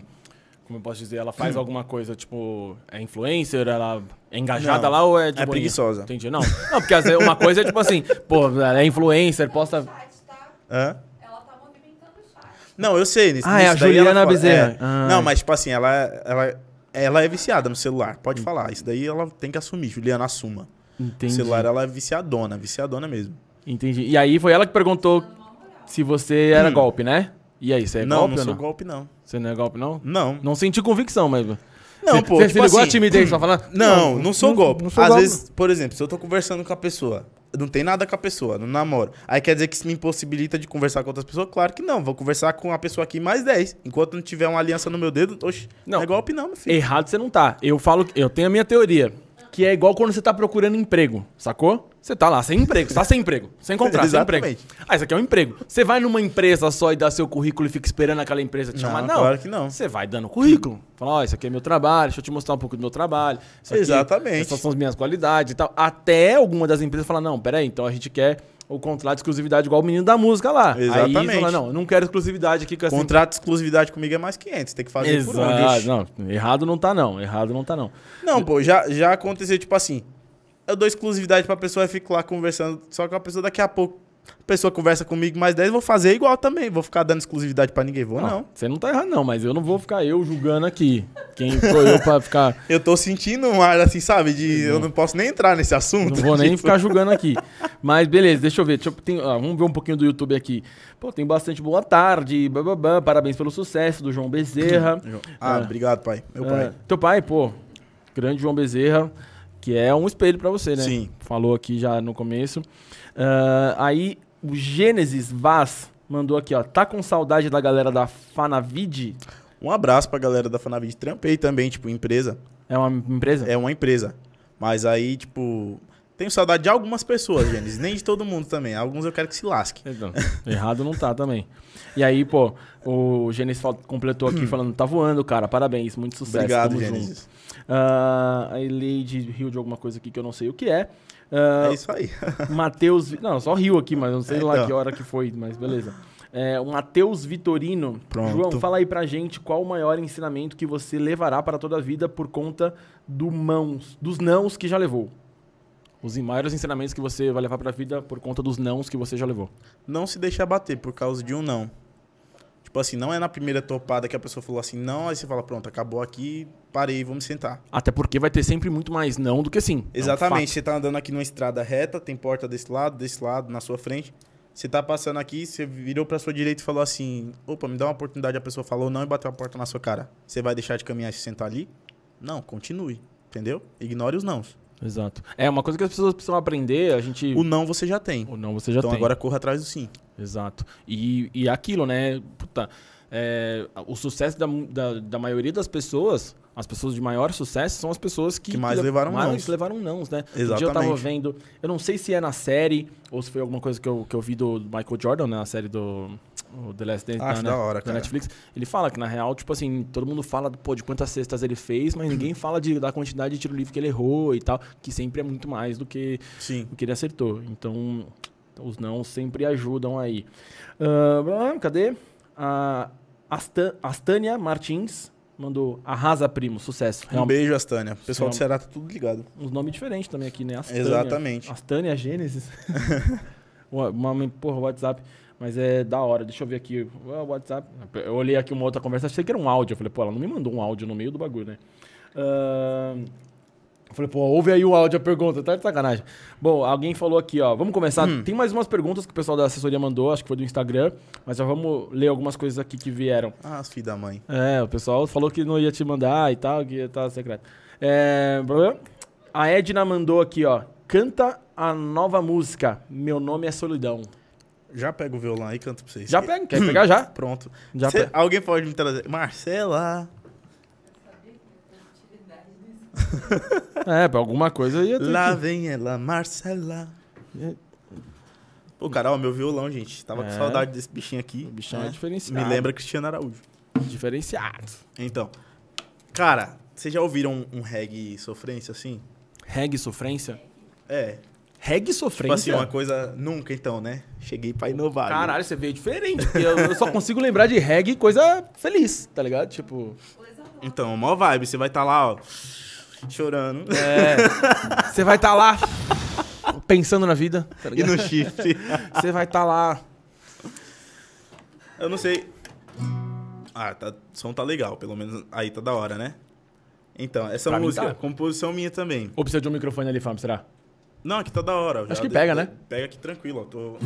como eu posso dizer, ela faz alguma coisa, tipo, é influencer, ela é engajada Não, lá ou é de é boinha? preguiçosa. Entendi, não. Não, porque às vezes uma coisa é tipo assim, pô, ela é influencer, posta... Chat, tá? Hã? Ela tá movimentando o chat. Não, eu sei. Nisso, Ah, é a nisso daí ela Juliana fala- Bezerra. é. Ah. Não, mas, tipo assim, ela, ela, ela é viciada no celular. Pode falar. Isso daí ela tem que assumir. Juliana, assuma. O Hum. Entendi. celular, ela é viciadona, viciadona mesmo. Entendi. E aí foi ela que perguntou Dando uma moral. se você era golpe, né? E aí, você é Hum. não, golpe não ou sou não? golpe, não. Você não é golpe, não? Não. Não senti convicção, mas... Não, Você- pô, Você tipo se ligou à assim, timidez pra falar? Não, não sou golpe. hum, Não sou Às golpe. vezes, por exemplo, se eu tô conversando com a pessoa, não tem nada com a pessoa, não namoro. Aí quer dizer que isso me impossibilita de conversar com outras pessoas? Claro que não. Vou conversar com a pessoa aqui mais 10. Enquanto não tiver uma aliança no meu dedo, oxe, Não. não, é golpe não, meu filho. Errado você não tá. Eu falo, eu tenho a minha teoria, que é igual quando você tá procurando emprego, sacou? Você tá lá sem emprego, você tá sem emprego, sem contrato, sem emprego. Exatamente. Ah, isso aqui é um emprego. Você vai numa empresa só e dá seu currículo e fica esperando aquela empresa te Não, chamar? Não, claro que não. Você vai dando currículo. Fala, ó, isso aqui é meu trabalho, deixa eu te mostrar um pouco do meu trabalho. Isso aqui- Exatamente. Essas são as minhas qualidades e tal. Até alguma das empresas falar, não, peraí, então a gente quer o contrato de exclusividade igual o menino da música lá. Aí Exatamente. fala, não, eu não quero exclusividade aqui com essa Contrato de exclusividade comigo é mais 500. Tem que fazer por onde. Exato. oxe. Não, errado não tá, não. Errado não tá, não. Não, pô, já, já aconteceu, tipo assim, eu dou exclusividade pra pessoa e fico lá conversando só com a pessoa, daqui a pouco a pessoa conversa comigo mais 10, vou fazer igual também, vou ficar dando exclusividade pra ninguém, vou Ah, não. Você não tá errado, não, mas eu não vou ficar eu julgando aqui. Quem sou eu pra ficar. Eu tô sentindo um ar assim, sabe, de eu não posso nem entrar nesse assunto. Uhum. Não vou nem [LAUGHS] Tipo, ficar julgando aqui. Mas beleza, deixa eu ver. Deixa eu- tem- ah, vamos ver um pouquinho do YouTube aqui. Pô, tem bastante boa tarde. Bababá, parabéns pelo sucesso do João Bezerra. Ah, Ah. obrigado, pai. Meu Ah, pai. teu pai, pô, grande João Bezerra, que é um espelho pra você, né? Sim. Falou aqui já no começo. Ah, aí, o Gênesis Vaz mandou aqui, ó. Tá com saudade da galera da Fanavid? Um abraço pra galera da Fanavid. Trampei também, tipo, empresa. É uma empresa? É uma empresa. Mas aí, tipo, tenho saudade de algumas pessoas, Gênesis. nem de todo mundo também. Alguns eu quero que se lasque. Então, errado não tá também. E aí, pô, o Gênesis fal- completou aqui falando, tá voando, cara, parabéns, muito sucesso. Hum. Obrigado, tamo junto." Gênesis. Ah, a Lady riu de alguma coisa aqui que eu não sei o que é. Ah, É isso aí. Matheus. Vi- Não, só riu aqui, mas eu não sei É, lá então. que hora que foi, mas beleza. É, o Matheus Vitorino. Pronto. João, fala aí pra gente qual o maior ensinamento que você levará para toda a vida por conta do mãos, dos nãos que já levou. Os maiores ensinamentos que você vai levar pra vida por conta dos nãos que você já levou. Não se deixar bater por causa de um não. Tipo assim, não é na primeira topada que a pessoa falou assim, não, aí você fala, pronto, acabou aqui, parei, vamos sentar. Até porque vai ter sempre muito mais não do que sim. É um Exatamente, você tá andando aqui numa estrada reta, tem porta desse lado, desse lado, na sua frente. Você tá passando aqui, você virou pra sua direita e falou assim, opa, me dá uma oportunidade, a pessoa falou não e bateu a porta na sua cara. Você vai deixar de caminhar e se sentar ali? Não, continue, entendeu? Ignore os nãos. fato. Exato. É uma coisa que as pessoas precisam aprender, a gente. O não você já tem. Ou não, você já então tem. agora corra atrás do sim. Exato. E, e aquilo, né? Puta, é, o sucesso da, da, da maioria das pessoas, as pessoas de maior sucesso, são as pessoas que, Que mais levaram mais nãos. levaram nãos, né? Um dia eu tava Exatamente. vendo, eu não sei se é na série ou se foi alguma coisa que eu, que eu vi do Michael Jordan, né? Na série do o The Last Dance Ah, né? Acho da, da hora, cara. Netflix. Ele fala que, na real, tipo assim, todo mundo fala pô, de quantas cestas ele fez, mas [CLEARS THROAT] ninguém fala de, da quantidade de tiro livre que ele errou e tal, que sempre é muito mais do que Sim. o que ele acertou. Então, os não sempre ajudam aí. Ah, blá, blá, cadê? A Asta- Astânia Martins mandou Arrasa Primo, sucesso. Um beijo, Astânia. O pessoal Realmente. do Ceará tá tudo ligado. Um nome diferente também aqui, né? Astânia. Exatamente. Astânia Gênesis. [LAUGHS] Uma- uma, porra, WhatsApp. Mas é da hora, deixa eu ver aqui. Ah, WhatsApp. Eu olhei aqui uma outra conversa, achei que era um áudio. Eu falei, pô, ela não me mandou um áudio no meio do bagulho, né? Ah, eu falei, pô, ouve aí o áudio, a pergunta, tá de sacanagem. Bom, alguém falou aqui, ó. Vamos começar. Tem mais umas perguntas que o pessoal da assessoria mandou, acho que foi do Instagram, mas já vamos ler algumas coisas aqui que vieram. Ah, filho da mãe. É, o pessoal falou que não ia te mandar e tal, que ia estar secreto. É, blá, blá. a Edna mandou aqui, ó. Canta a nova música, Meu Nome é Solidão. Já pega o violão aí e canta pra vocês. Hum. Já pega, quer pegar já? Pronto. Já Cê- pega. alguém pode me trazer. Marcela! É, pra alguma coisa ia ter. Lá que- vem ela, Marcela. É. Pô, cara, ó, meu violão, gente. Tava com É. saudade desse bichinho aqui. O bichão é diferenciado. Me lembra Cristiano Araújo. Diferenciado. Então, cara, vocês já ouviram um, um reggae sofrência assim? Reggae sofrência? É. Reggae Tipo sofrência? assim, uma coisa nunca então, né? Cheguei pra inovar. né? Caralho, você veio diferente, porque eu, eu só consigo lembrar de reggae coisa feliz, tá ligado? Tipo. Então, mó vibe. Você vai estar lá, ó, [LAUGHS] chorando. [LAUGHS] É. Você vai estar lá pensando na vida, tá E ligado? no shift. Você vai estar lá Eu não sei. Ah, tá, o som tá legal, pelo menos aí tá da hora, né? Então, essa Pra mim música, tá. composição minha também. Ou precisa de um microfone ali, Fábio, será? Não, aqui tá da hora. eu Acho já que pega, dei- né? Pega aqui tranquilo, ó. Tô...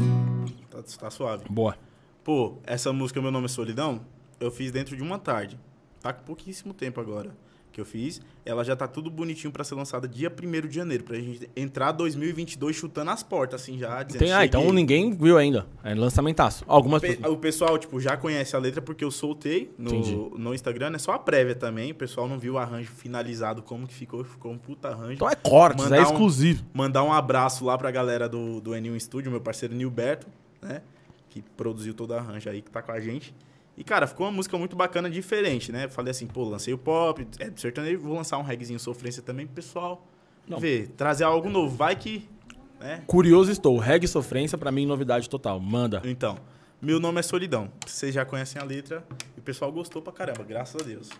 Tá, tá suave. Boa. Pô, essa música, Meu Nome é Solidão, eu fiz dentro de uma tarde. Tá com pouquíssimo tempo agora que eu fiz. Ela já tá tudo bonitinho pra ser lançada dia 1 de janeiro, pra gente entrar 2022 chutando as portas, assim, já. dizendo, Tem, ah, então "Cheguei". ninguém viu ainda. É lançamentaço. Algumas Pe- pessoas. O pessoal, tipo, já conhece a letra porque eu soltei no, Entendi. no Instagram, é só a prévia também. O pessoal não viu o arranjo finalizado, como que ficou, ficou um puta arranjo. Então é cortes, Mandar é um- exclusivo. Mandar um abraço lá pra galera do, do N1 Studio, meu parceiro Nilberto, né? Que produziu todo o arranjo aí, que tá com a gente. E, cara, ficou uma música muito bacana, diferente, né? Falei assim, pô, lancei o pop, é do sertanejo, vou lançar um reggaezinho sofrência também pro pessoal Não. ver, trazer algo novo. Vai que, né? Curioso estou. Reggae sofrência, pra mim, novidade total. Manda. Então, meu nome é Solidão. Vocês já conhecem a letra e o pessoal gostou pra caramba, graças a Deus.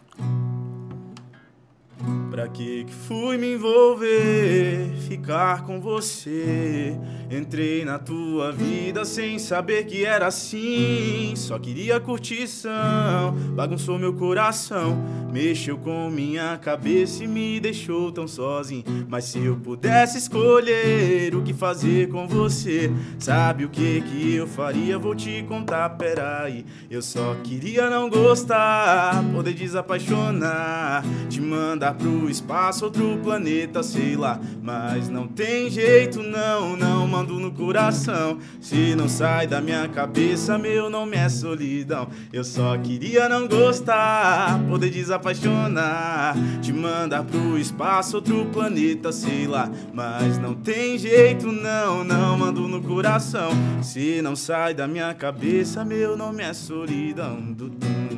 Pra que que fui me envolver, ficar com você? Entrei na tua vida sem saber que era assim. Só queria curtição, bagunçou meu coração, mexeu com minha cabeça e me deixou tão sozinho. Mas se eu pudesse escolher o que fazer com você, sabe o que que eu faria? Vou te contar, peraí. Eu só queria não gostar, poder desapaixonar, te mandar pro espaço, outro planeta, sei lá. Mas não tem jeito, não, não mando no coração. Se não sai da minha cabeça, meu nome é solidão. Eu só queria não gostar, poder desapaixonar, te mandar pro espaço, outro planeta, sei lá. Mas não tem jeito, não, não mando no coração. Se não sai da minha cabeça, meu nome é solidão. Dudum.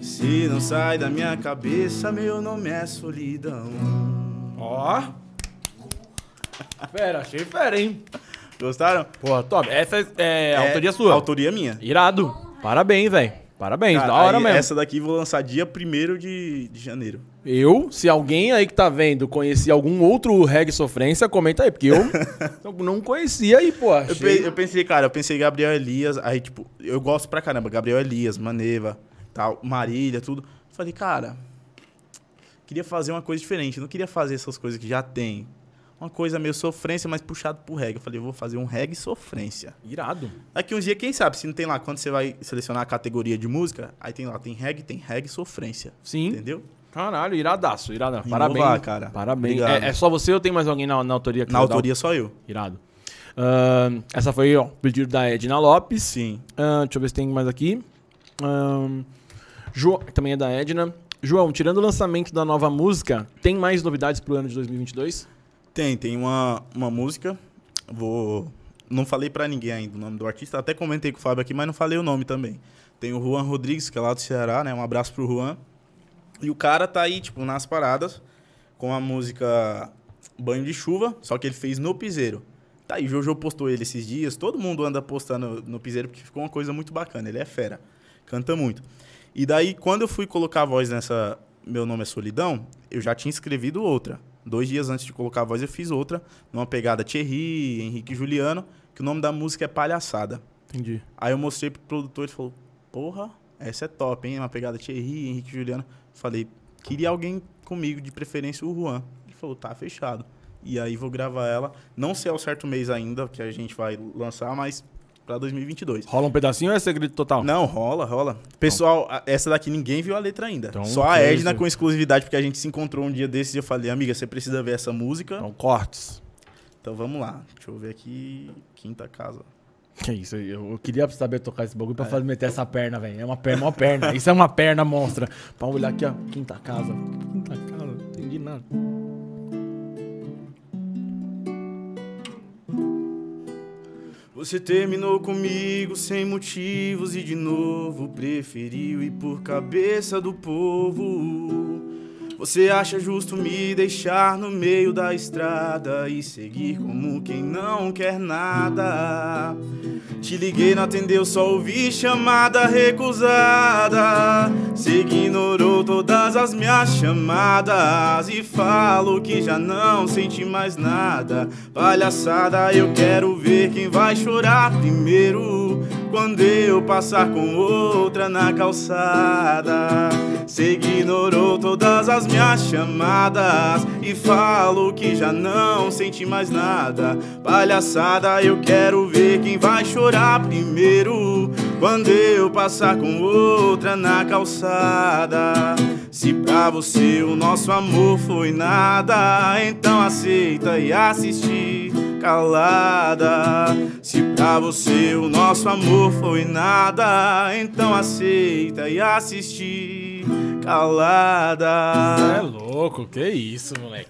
Se não sai da minha cabeça, meu nome é solidão. Ó. [LAUGHS] Fera, achei fera, hein? Gostaram? Pô, top. Essa é, é autoria sua. Autoria minha. Irado. Parabéns, velho. Parabéns, Cara, da hora aí mesmo. Essa daqui eu vou lançar dia 1 de, de janeiro. Eu, se alguém aí que tá vendo conhecia algum outro reggae sofrência, comenta aí, porque eu [LAUGHS] não conhecia aí, pô. Eu, achei- pe- eu pensei, cara, eu pensei Gabriel Elias, aí tipo, eu gosto pra caramba, Gabriel Elias, Maneva, tal, Marília, tudo. Falei, cara, queria fazer uma coisa diferente, não queria fazer essas coisas que já tem. Uma coisa meio sofrência, mas puxado pro reggae. Eu falei, vou fazer um reggae sofrência. Irado. Daqui uns dias, um quem sabe, se não tem lá, quando você vai selecionar a categoria de música, aí tem lá, tem reggae, tem reggae sofrência. Sim. Entendeu? Caralho, iradaço, iradaço. Inovar, Parabéns. cara. Parabéns. Obrigado. É, é só você ou tem mais alguém na, na autoria? que Na vai dar o- autoria, só eu. Irado. Ahn, essa foi ó, o pedido da Edna Lopes. Sim. Ahn, deixa eu ver se tem mais aqui. Ahn, Jo- também é da Edna. João, tirando o lançamento da nova música, tem mais novidades pro ano de 2022? Tem, tem uma, uma música. Vou. Não falei pra ninguém ainda o nome do artista. Até comentei com o Fábio aqui, mas não falei o nome também. Tem o Juan Rodrigues, que é lá do Ceará, né? Um abraço pro Juan. E o cara tá aí, tipo, nas paradas, com a música Banho de Chuva, só que ele fez no piseiro. Tá aí, Jojo postou ele esses dias. Todo mundo anda postando no piseiro, porque ficou uma coisa muito bacana. Ele é fera. Canta muito. E daí, quando eu fui colocar a voz nessa Meu Nome é Solidão, eu já tinha escrevido outra. Dois dias antes de colocar a voz, eu fiz outra, numa pegada Thierry, Henrique e Juliano, que o nome da música é Palhaçada. Entendi. Aí eu mostrei pro produtor, ele falou, porra, essa é top, hein? Uma pegada Thierry, Henrique e Juliano. Falei, queria alguém comigo, de preferência o Juan. Ele falou, tá fechado. E aí vou gravar ela, não sei ao certo mês ainda, que a gente vai lançar, mas pra 2022. Rola um pedacinho ou é segredo total? Não, rola, rola. Pessoal, a- essa daqui ninguém viu a letra ainda. Então, Só a que Edna isso. com exclusividade, porque a gente se encontrou um dia desses e eu falei, amiga, você precisa ver essa música. Então, cortes. Então vamos lá. Deixa eu ver aqui. Quinta casa. Que isso, eu, eu queria saber tocar esse bagulho pra fazer, meter essa perna, velho. É uma perna, uma perna. Isso é uma perna monstra. Pra olhar aqui, ó, quinta casa. Quinta casa, não entendi nada. Você terminou comigo sem motivos e de novo preferiu ir por cabeça do povo. Você acha justo me deixar no meio da estrada e seguir como quem não quer nada? Te liguei, não atendeu, só ouvi chamada recusada. Você ignorou todas as minhas chamadas e falo que já não senti mais nada. Palhaçada, eu quero ver quem vai chorar primeiro quando eu passar com outra na calçada. Você ignorou todas as minhas chamadas e falo que já não senti mais nada. Palhaçada, eu quero ver quem vai chorar primeiro quando eu passar com outra na calçada. Se pra você o nosso amor foi nada, então aceita e assiste calada. Se pra você o nosso amor foi nada, então aceita e assiste Cê É calada. louco, que isso, moleque.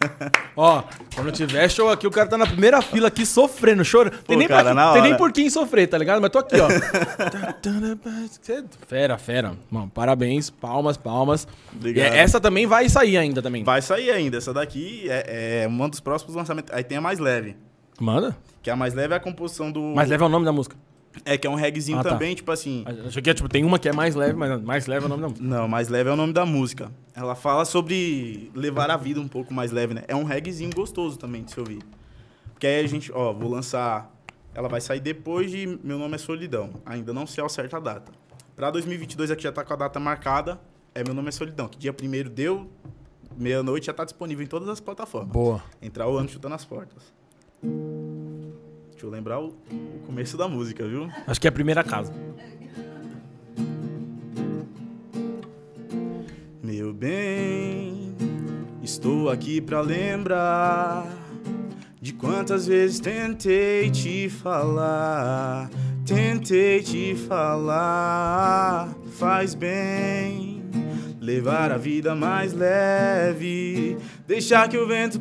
Ó, quando tiver show aqui, o cara tá na primeira fila aqui sofrendo, chorando. Tem, Pô, nem, cara, pra, na tem hora. nem por quem sofrer, tá ligado? Mas tô [LAUGHS] aqui, ó. Tá, tá, né, mas cê é fera, fera. Mano, parabéns, palmas, palmas. E Obrigado. essa também vai sair ainda também. Vai sair ainda, essa daqui é, é um dos próximos lançamentos. Aí tem a mais leve. Manda. Que a mais leve é a composição do. Mais leve é o nome da música. É que é um reggaezinho Ah, tá. também, tipo assim. Acho que é, tipo, tem uma que é mais leve, mas não, mais leve é o nome da música. Não, mais leve é o nome da música. Ela fala sobre levar a vida um pouco mais leve, né? É um reggaezinho gostoso também de se ouvir. Porque aí a gente, ó, vou lançar. Ela vai sair depois de Meu Nome é Solidão. Ainda não sei ao certo a data. Pra 2022 aqui já tá com a data marcada. É Meu Nome é Solidão, que dia 1 deu, meia-noite já tá disponível em todas as plataformas. Boa. Entrar o ano chutando as portas. Deixa eu lembrar o, o começo da música, viu? Acho que é a primeira casa. Meu bem, estou aqui pra lembrar de quantas vezes tentei te falar, tentei te falar, faz bem. Levar a vida mais leve, deixar que o vento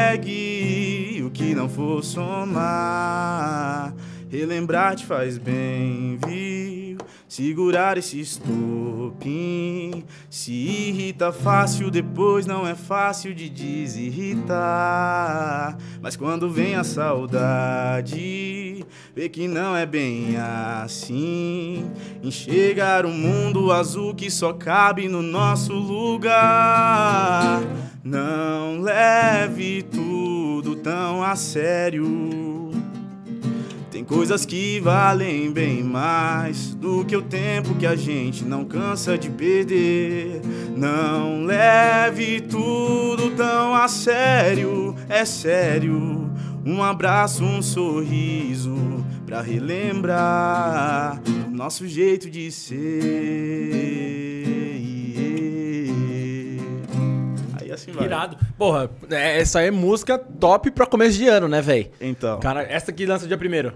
carregue o que não for somar. Relembrar te faz bem, viu? Segurar esse estopim Se irrita fácil, depois não é fácil de desirritar Mas quando vem a saudade Vê que não é bem assim. Enxergar um mundo azul que só cabe no nosso lugar. Não leve tudo tão a sério. Tem coisas que valem bem mais do que o tempo que a gente não cansa de perder. Não leve tudo tão a sério, é sério. Um abraço, um sorriso pra relembrar o nosso jeito de ser. Aí assim vai. Irado. Porra, é- essa aí é música top pra começo de ano, né, véi? Então. Cara, essa que lança dia primeiro.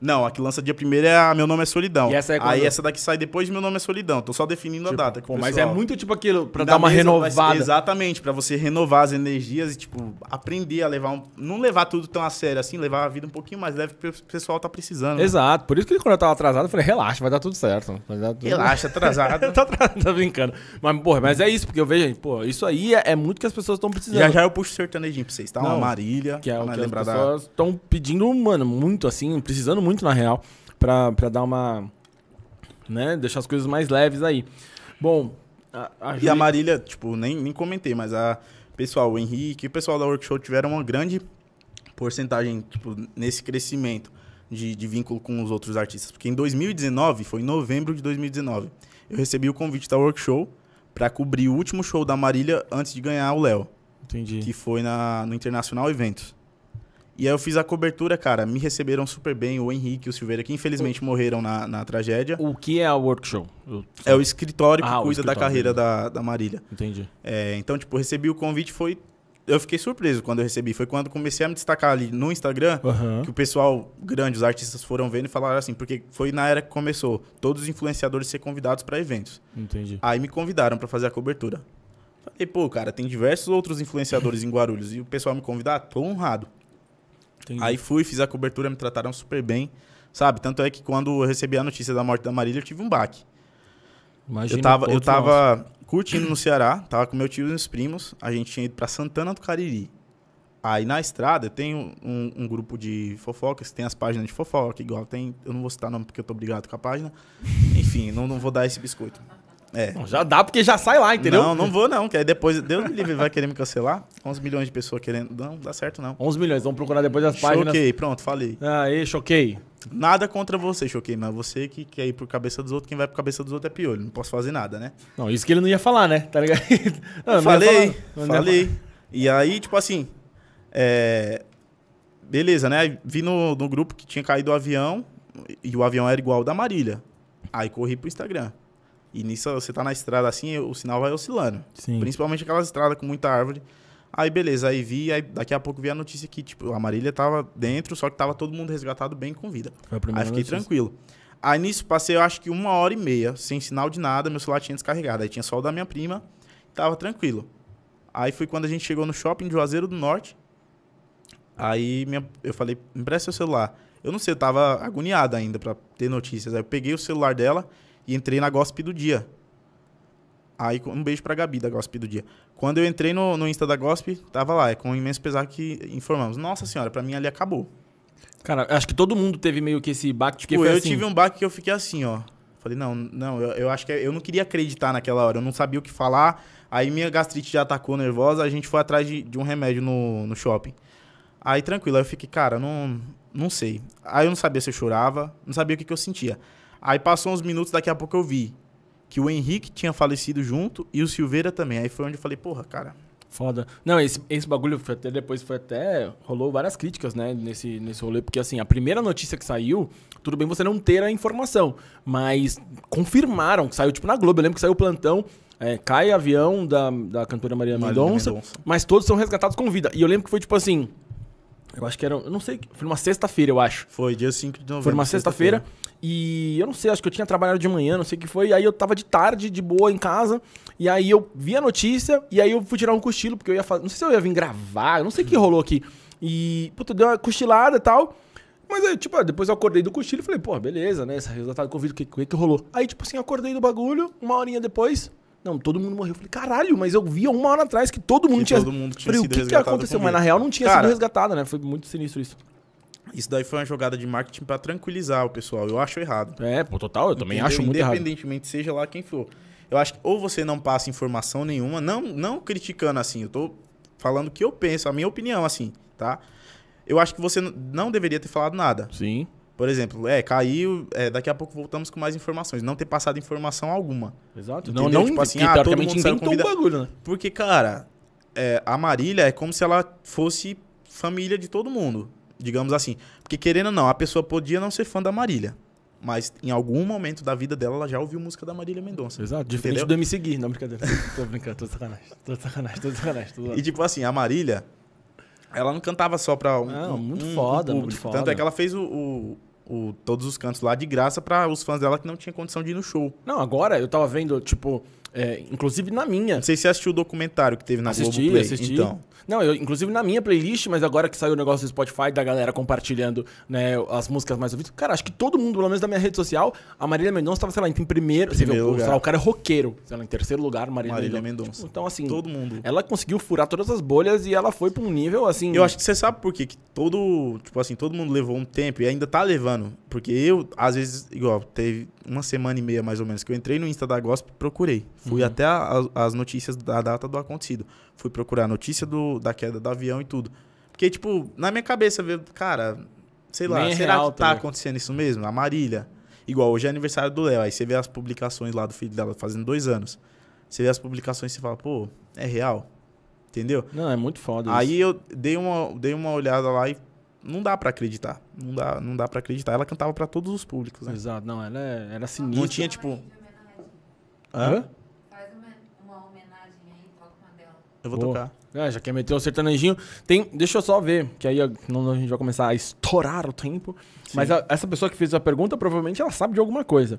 Não, a que lança dia primeiro é a Meu Nome é Solidão. E essa é quando? Aí essa daqui sai depois de Meu Nome é Solidão. Tô só definindo a data. Pô, mas é muito tipo aquilo, pra para dar uma renovada. Exatamente, pra você renovar as energias e, tipo, aprender a levar... um- não levar tudo tão a sério assim, levar a vida um pouquinho mais leve, porque o pessoal tá precisando. Exato. Por isso que quando eu tava atrasado, eu falei, relaxa, vai dar tudo certo. Vai dar tudo... [LAUGHS] Relaxa, Eu atrasado. tô, atrasado, tô brincando. Mas, porra, mas é isso, porque eu vejo, gente, pô, isso aí é, é muito que as pessoas estão precisando. já já eu puxo o sertanejinho pra vocês, tá? Uma Não. Marília, Que é o pra que as lembrar da- pessoas estão pedindo, mano, muito assim, precisando muito, na real, pra, pra dar uma. né? Deixar as coisas mais leves aí. Bom, a, a E Júlia- a Marília, tipo, nem, nem comentei, mas a pessoal, o Henrique e o pessoal da Workshop tiveram uma grande porcentagem, tipo, nesse crescimento de, de vínculo com os outros artistas. Porque em 2019, foi em novembro de 2019, eu recebi o convite da Workshop pra cobrir o último show da Marília antes de ganhar o Léo, Entendi. que foi na, no Internacional Eventos. E aí eu fiz a cobertura, cara, me receberam super bem, o Henrique e o Silveira, que infelizmente morreram na, na tragédia. O que é a workshop? Eu- É o escritório que Ah, o cuida da escritório carreira da, da Marília. Entendi. É, então, tipo, recebi o convite, foi. Eu fiquei surpreso quando eu recebi. Foi quando comecei a me destacar ali no Instagram, Aham. que o pessoal grande, os artistas foram vendo e falaram assim, porque foi na era que começou todos os influenciadores ser convidados pra eventos. Entendi. Aí me convidaram pra fazer a cobertura. Falei, pô, cara, tem diversos outros influenciadores em Guarulhos e o pessoal me convidar, tô honrado. Entendi. Aí fui, fiz a cobertura, me trataram super bem, sabe? Tanto é que quando eu recebi a notícia da morte da Marília, eu tive um baque. Imagina Eu tava, eu quanto nós. tava curtindo no Ceará, tava com meu tio e meus primos. A gente tinha ido pra Santana do Cariri. Aí na estrada tem um, um- um grupo de fofocas, tem as páginas de fofoca, igual tem. Eu não vou citar nome porque eu tô brigado com a página. Enfim, não, não vou dar esse biscoito. É. Não, já dá porque já sai lá, entendeu? Não, não vou não, que aí depois Deus me livre, vai querer me cancelar. 11 milhões de pessoas querendo. Não, dá certo não. 11 milhões, vamos procurar depois as páginas. Choquei, pronto, falei. Aí, choquei. Nada contra você, choquei, mas você que quer ir por cabeça dos outros, quem vai por cabeça dos outros é piolho, não posso fazer nada, né? Não, isso que ele não ia falar, né? Tá ligado? [LAUGHS] Não, não ia falei, falar. Não ia falei. E aí, tipo assim, é, beleza, né? Aí Vi no, no grupo que tinha caído o avião e o avião era igual ao da Marília. Aí corri pro Instagram. E nisso você tá na estrada assim, o sinal vai oscilando. Sim. Principalmente aquelas estradas com muita árvore. Aí beleza, aí vi, aí daqui a pouco vi a notícia que, tipo, a Marília tava dentro, só que tava todo mundo resgatado bem com vida. Foi a primeira Aí fiquei notícia. tranquilo. Aí nisso passei, eu acho que uma hora e meia, sem sinal de nada, meu celular tinha descarregado. Aí tinha só o da minha prima, tava tranquilo. Aí foi quando a gente chegou no shopping de Juazeiro do Norte. Aí minha- eu falei, me empresta seu celular. Eu não sei, eu tava agoniado ainda pra ter notícias. Aí eu peguei o celular dela e entrei na Gossip do Dia. Aí, um beijo pra Gabi da Gossip do Dia. Quando eu entrei no, no Insta da Gossip, tava lá. É com imenso pesar que informamos. Nossa senhora, pra mim ali acabou. Cara, acho que todo mundo teve meio que esse baque. Tipo, Pô, eu tive um baque que eu fiquei assim, ó. Falei, não, não, eu, eu acho que eu não queria acreditar naquela hora, eu não sabia o que falar. Aí minha gastrite já atacou nervosa, a gente foi atrás de, de um remédio no, no shopping. Aí tranquilo, aí eu fiquei, cara, não, não sei. Aí eu não sabia se eu chorava, não sabia o que, que eu sentia. Aí passou uns minutos, daqui a pouco eu vi que o Henrique tinha falecido junto e o Silveira também. Aí foi onde eu falei, porra, cara, Foda. Não, esse, esse bagulho foi até depois foi até. Rolou várias críticas, né? Nesse, nesse rolê. Porque assim, a primeira notícia que saiu, tudo bem você não ter a informação. Mas confirmaram que saiu, tipo, na Globo. Eu lembro que saiu o plantão. É, cai avião da, da cantora Maria é Marília Mendonça, Mendonça. mas todos são resgatados com vida. E eu lembro que foi tipo assim. Eu acho que era. Eu não sei. Foi numa sexta-feira, eu acho. foi dia 5 de novembro. Foi uma sexta-feira. E eu não sei, acho que eu tinha trabalhado de manhã, não sei o que foi. Aí eu tava de tarde, de boa, em casa. E aí eu vi a notícia. E aí eu fui tirar um cochilo, porque eu ia fazer. Não sei se eu ia vir gravar, eu não sei o que rolou aqui. E, puta, deu uma cochilada e tal. Mas aí, tipo, depois eu acordei do cochilo e falei, pô, beleza, né? Essa resultado do Covid, o que, o que que rolou? Aí, tipo assim, eu acordei do bagulho, uma horinha depois. Não, todo mundo morreu. Eu falei, caralho, mas eu vi há uma hora atrás que todo mundo Que tinha. todo mundo tinha falei, sido o que que, resgatado aconteceu? com Mas na medo. real não tinha Cara, sido resgatado, né? Foi muito sinistro isso. Isso daí foi uma jogada de marketing pra tranquilizar o pessoal. Eu acho errado. É, pô, total, eu também Entendeu? acho muito errado. Independentemente, seja lá quem for. Eu acho que ou você não passa informação nenhuma, não, não criticando assim, eu tô falando o que eu penso, a minha opinião, assim, tá? Eu acho que você n- não deveria ter falado nada. Sim. Por exemplo, é, caiu, é, daqui a pouco voltamos com mais informações. Não ter passado informação alguma. Exato. Entendeu? Não, não Tipo assim, que ah, todo teoricamente mundo saiu inventou o convidado. bagulho, né? Porque, cara, é, a Marília é como se ela fosse família de todo mundo, digamos assim. Porque, querendo ou não, a pessoa podia não ser fã da Marília. Mas em algum momento da vida dela, ela já ouviu música da Marília Mendonça. Exato. Diferente Entendeu? do MC Gui. Não, [LAUGHS] brincadeira. tô brincando, tô de sacanagem. Tô de sacanagem, tô de sacanagem. Tô E zoando. tipo assim, a Marília, ela não cantava só pra um. Não, um- muito um- um foda, muito público. foda. Tanto é que ela fez o, o- o- todos os cantos lá de graça pra os fãs dela que não tinha condição de ir no show. Não, agora eu tava vendo, tipo, é, inclusive na minha. Não sei se você assistiu o documentário que teve na Assisti, Globoplay. assisti. Então, Não, eu, inclusive na minha playlist, mas agora que saiu o negócio do Spotify, da galera compartilhando né, as músicas mais ouvidas. Cara, acho que todo mundo, pelo menos da minha rede social, a Marília Mendonça tava, sei lá, em primeiro. você Primeiro viu, lugar. sei lá, o cara é roqueiro. Sei lá, em terceiro lugar, Marília, Marília Mendonça. Tipo, então, assim, todo mundo. ela conseguiu furar todas as bolhas e ela foi pra um nível, assim. Eu acho que você sabe por quê? que todo, tipo assim, todo mundo levou um tempo e ainda tá levando. Porque eu, às vezes, igual, teve uma semana e meia mais ou menos que eu entrei no Insta da Gospel e procurei. Fui Uhum. até a- as- as notícias da data do acontecido. Fui procurar a notícia do, da queda do avião e tudo. Porque, tipo, na minha cabeça, veio, cara, sei lá, Nem é será real, que tá tá ligado? acontecendo isso mesmo? A Marília. Igual, hoje é aniversário do Léo. Aí você vê as publicações lá do filho dela fazendo dois anos. Você vê as publicações e você fala, pô, é real. Entendeu? Não, é muito foda. isso. Aí eu dei uma, dei uma olhada lá e não dá pra acreditar. Não dá, não dá para acreditar. Ela cantava pra todos os públicos, né? Exato, não, ela é- era Não sinistra. tinha tipo, Hã? Faz uma, uma homenagem aí, toca uma dela. eu vou Boa. tocar. Ah, já quer meter o sertanejinho. Tem, deixa eu só ver, que aí não, a gente vai começar a estourar o tempo. Mas a- essa pessoa que fez a pergunta, provavelmente ela sabe de alguma coisa.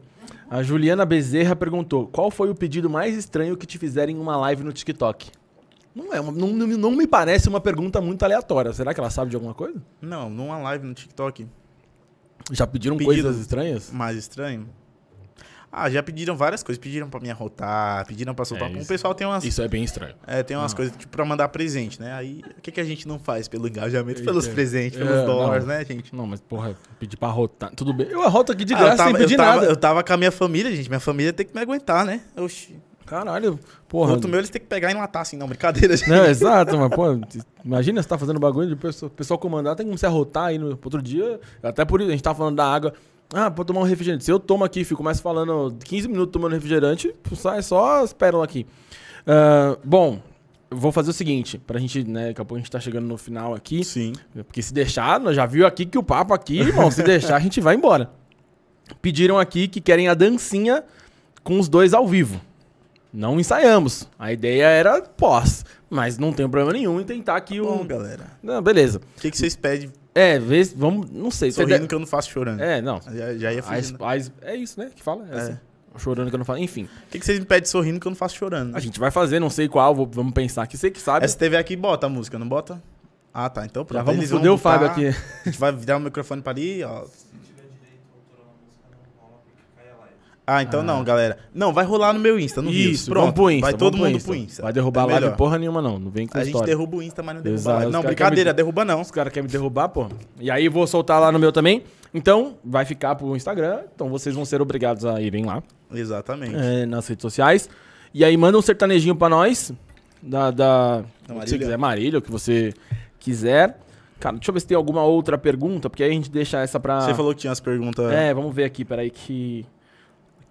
A Juliana Bezerra perguntou: qual foi o pedido mais estranho que te fizeram em uma live no TikTok? Não, é uma- não, não- não me parece uma pergunta muito aleatória. Será que ela sabe de alguma coisa? Não, numa live no TikTok, Já pediram Pedido. coisas estranhas? mais estranho. Ah, já pediram várias coisas, pediram pra me arrotar, pediram pra soltar. É, o isso- pessoal tem umas, Isso é bem estranho. é, tem umas coisas tipo pra mandar presente, né? Aí o que, que a gente não faz pelo engajamento, pelos Eita. presentes, É, pelos não. dólares, né, gente? Não, mas porra, pedir pra arrotar. Tudo bem. Eu arroto aqui de Ah, graça eu, tava, sem eu, pedir tava, nada. eu tava com a minha família, gente. Minha família tem que me aguentar, né? Oxi. Caralho, porra. Outro meu, eles têm que pegar e enlatar, assim. Não, brincadeira, gente. Não, [LAUGHS] exato, mas pô, t- imagina você tá fazendo bagulho, depois o pessoal comandar tem que se arrotar aí no outro dia. Até por isso, a gente tava falando da água. Ah, pode tomar um refrigerante. Se eu tomo aqui, fico mais falando 15 minutos tomando refrigerante, sai só as pérolas aqui. Ah, bom, eu vou fazer o seguinte, pra gente, né, daqui a pouco a gente tá chegando no final aqui. Sim. Porque se deixar, nós já viu aqui que o papo aqui, irmão, se deixar, a gente vai embora. Pediram aqui que querem a dancinha com os dois ao vivo. Não ensaiamos. A ideia era pós. Mas não tem problema nenhum em tentar aqui Bom, o. galera. Não, beleza. O que, que vocês pedem É, vê, se- vamos. Não sei. se a sorrindo ideia- que eu não faço chorando? É, não. Já, já ia A es- fugindo. a es- é isso, né? Que fala? É assim. Chorando que eu não falo. Enfim, O que, que vocês me pedem sorrindo que eu não faço chorando? a gente vai fazer, não sei qual, vou- vamos pensar aqui. Você que sabe. Essa TV aqui bota a música, não bota? Ah, tá. Então pronto. Já vamos Eles foder o vão botar, Fábio aqui. A gente vai virar o microfone pra ali, ó. Ah, então não, galera. Não, vai rolar no meu Insta, no Rios. Isso, Pronto. vamos pro Insta. vai vamos todo mundo Insta. pro Insta. Vai derrubar É a live melhor. porra nenhuma, não. Não vem com A gente história. derruba o Insta, mas não derruba Exato, a live. os Não, cara quer brincadeira, me- derruba não. Os caras querem me derrubar, pô. E aí vou soltar lá no meu também. Então, vai ficar pro Instagram. Então vocês vão ser obrigados a irem lá Exatamente. é, nas redes sociais. E aí manda um sertanejinho pra nós. Da. da o Da que você Marília. quiser, Marília, o que você quiser. Cara, deixa eu ver se tem alguma outra pergunta, porque aí a gente deixa essa pra. Você falou que tinha as perguntas. É, vamos ver aqui, peraí, que.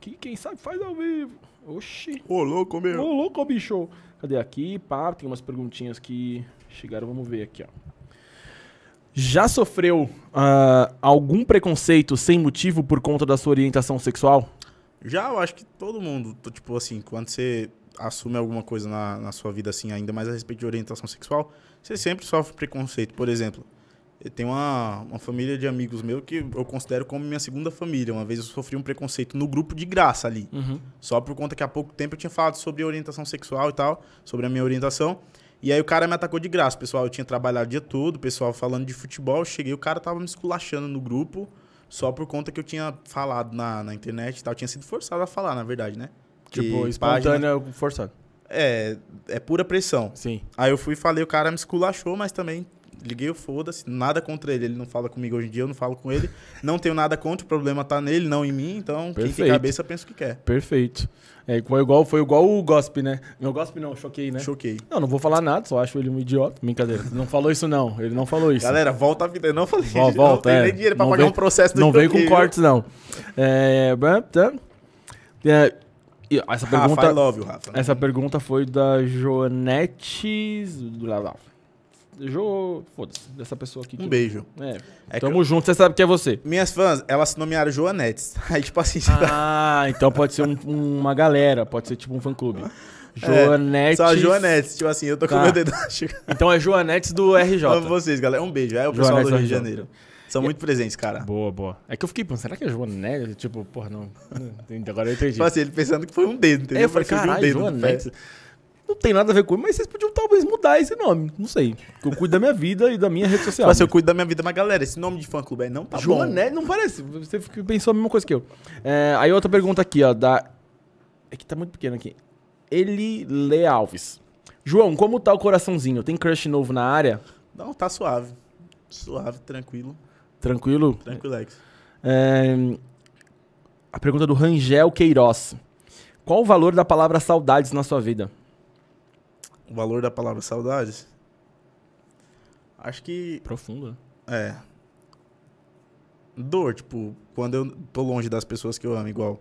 Aqui, quem sabe faz ao vivo. Oxi. Ô, louco, Ô, meu. louco, bicho. Cadê aqui? Pá, tem umas perguntinhas que chegaram. Vamos ver aqui, ó. Já sofreu ah, algum preconceito sem motivo por conta da sua orientação sexual? Já eu acho que todo mundo, t- tipo assim, quando você assume alguma coisa na, na sua vida, assim, ainda mais a respeito de orientação sexual, você sempre sofre preconceito. Por exemplo, eu tenho uma, uma família de amigos meu que eu considero como minha segunda família. Uma vez eu sofri um preconceito no grupo de graça ali. Só por conta que há pouco tempo eu tinha falado sobre orientação sexual e tal, sobre a minha orientação. E aí o cara me atacou de graça, pessoal. Eu tinha trabalhado o dia todo, o pessoal falando de futebol. Eu cheguei, o cara tava me esculachando no grupo, só por conta que eu tinha falado na, na internet e tal. Eu tinha sido forçado a falar, na verdade, né? Tipo, Que página- espontânea, forçada. É, é pura pressão. Sim. Aí eu fui e falei, o cara me esculachou, mas também liguei o foda-se, nada contra ele. Ele não fala comigo hoje em dia, eu não falo com ele. Não tenho nada contra, o problema tá nele, não em mim. Então, quem Perfeito. tem cabeça pensa o que quer. Perfeito. É, foi, igual, foi igual o Gospe, né? Meu Gospe não, choquei, né? Choquei. Não, não vou falar nada, só acho ele um idiota. Brincadeira. Não falou isso, não. Ele não falou isso. Galera, volta a vida. Eu não falei Vol- não volta, tem é. nem dinheiro pra Não pagar vem- um processo do não veio com YouTube. cortes, não. É, bã, tá. É, e essa pergunta. É Rafa, I love you, Rafa. Essa pergunta foi da Joanete. Lá, lá. Jo. Foda-se, dessa pessoa aqui. Um beijo. É. É que Tamo junto, você sabe que é você. Minhas fãs, elas se nomearam Joanetes. [LAUGHS] Aí, tipo assim, você tá- Ah, então pode ser um- uma galera, pode ser tipo um fã-clube. Joanete. É, só Joanetes. Tipo assim, eu tô com Tá. meu dedo [LAUGHS] na xícara. Então é Joanetes [LAUGHS] do Amo RJ. vocês, galera. Um beijo. É o pessoal Joanetes do Rio de RJ. Janeiro. São muito presentes, cara. Boa, boa. É que eu fiquei pensando, será que é Joanete? Tipo, porra, não. Entendi, Agora eu entendi. Tipo assim, ele pensando que foi um dedo, entendeu? É, eu falei, Parecia de caralho, no Joanetes. Não tem nada a ver com isso, mas vocês podiam talvez mudar esse nome. Não sei. Eu cuido da minha vida e da minha rede social. Tipo assim, eu cuido da minha vida, mas galera, esse nome de fã-clube aí não tá bom. Joanete, né? não parece. Você fica- pensou a mesma coisa que eu. É, aí outra pergunta aqui, ó, da... É que tá muito pequeno aqui. Ele Lê Alves. João, como tá o coraçãozinho? Tem crush novo na área? Não, tá suave. Suave, tranquilo. Tranquilo? Tranquilex. É, A pergunta do Rangel Queiroz. Qual o valor da palavra saudades na sua vida? O valor da palavra saudades? Acho que Profunda. É. Dor, tipo, quando eu tô longe das pessoas que eu amo, igual.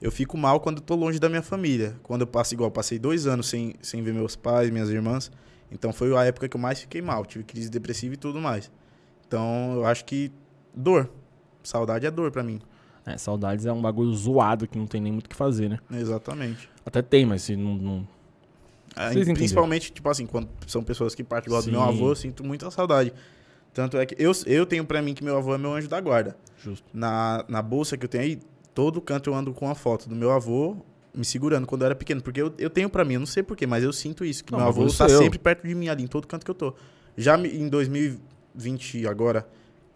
Eu fico mal quando eu tô longe da minha família. Quando eu passo, igual, eu passei dois anos sem, sem ver meus pais, minhas irmãs. Então foi a época que eu mais fiquei mal. Tive crise depressiva e tudo mais. Então eu acho que dor. Saudade é dor pra mim. É, saudades é um bagulho zoado que não tem nem muito o que fazer, né? Exatamente. Até tem, mas se não. não- Ah, Vocês entenderam. principalmente, tipo assim, quando são pessoas que partem igual do meu Sim. avô, eu sinto muita saudade. Tanto é que eu, eu tenho pra mim que meu avô é meu anjo da guarda. Justo. na, na bolsa que eu tenho aí, todo canto eu ando com a foto do meu avô me segurando quando eu era pequeno. Porque eu, eu tenho pra mim, eu não sei porquê, mas eu sinto isso. Que Não, meu mas avô isso tá eu. sempre perto de mim ali, em todo canto que eu tô. Já me- em 2020, agora,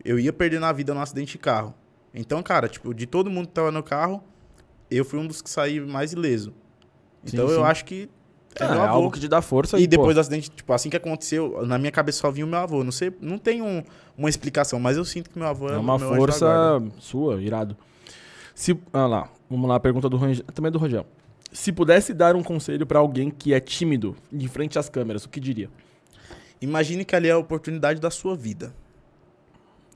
eu ia perder na vida num acidente de carro. Então, cara, tipo, de todo mundo que tava no carro, eu fui um dos que saí mais ileso. Sim, Então sim. eu acho que é Ah, meu é avô. algo que te dá força E pô. depois do acidente, tipo, assim que aconteceu, na minha cabeça só vinha o meu avô. Não sei, não tem um- uma explicação, mas eu sinto que meu avô é, É o uma meu anjo da guarda. força sua, irado. Se, ah lá, vamos lá, a pergunta do Rangel, também é do Rangel. Se pudesse dar um conselho pra alguém que é tímido em frente às câmeras, o que diria? Imagine que ali é a oportunidade da sua vida.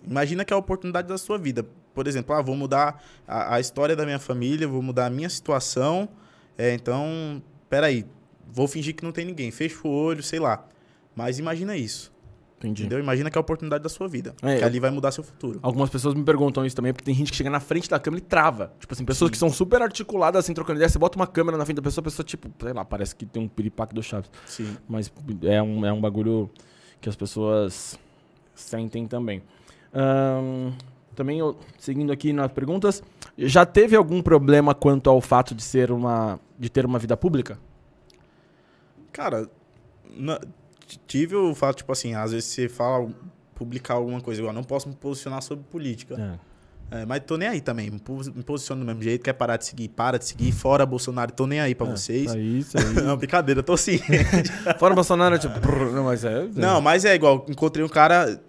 Imagina que é a oportunidade da sua vida. Por exemplo, ah, vou mudar a, a história da minha família, vou mudar a minha situação. É, então, peraí, vou fingir que não tem ninguém. Fecha o olho, sei lá. Mas imagina isso, Entendi. entendeu? Imagina que é a oportunidade da sua vida. É, que eu- ali vai mudar seu futuro. Algumas pessoas me perguntam isso também, porque tem gente que chega na frente da câmera e trava. Tipo assim, pessoas que são super articuladas, assim, trocando ideia, você bota uma câmera na frente da pessoa, a pessoa, tipo, sei lá, parece que tem um piripaque do Chaves. Sim. Mas é um, é um bagulho que as pessoas sentem também. Ahn, também, eu- seguindo aqui nas perguntas, já teve algum problema quanto ao fato de ser uma de ter uma vida pública? Cara, na- t- tive o fato, tipo assim, às vezes você fala, publicar alguma coisa, igual, não posso me posicionar sobre política. É, mas tô nem aí também. Me pos- me posiciono do mesmo jeito. Quer parar de seguir? Para de seguir. Fora Bolsonaro, tô nem aí pra vocês. Isso Ah, aí, É isso aí. [LAUGHS] Não, brincadeira, [LAUGHS] tô sim. Fora o Bolsonaro, tipo, brrr, não, mas é. não, mas é igual. Encontrei um cara.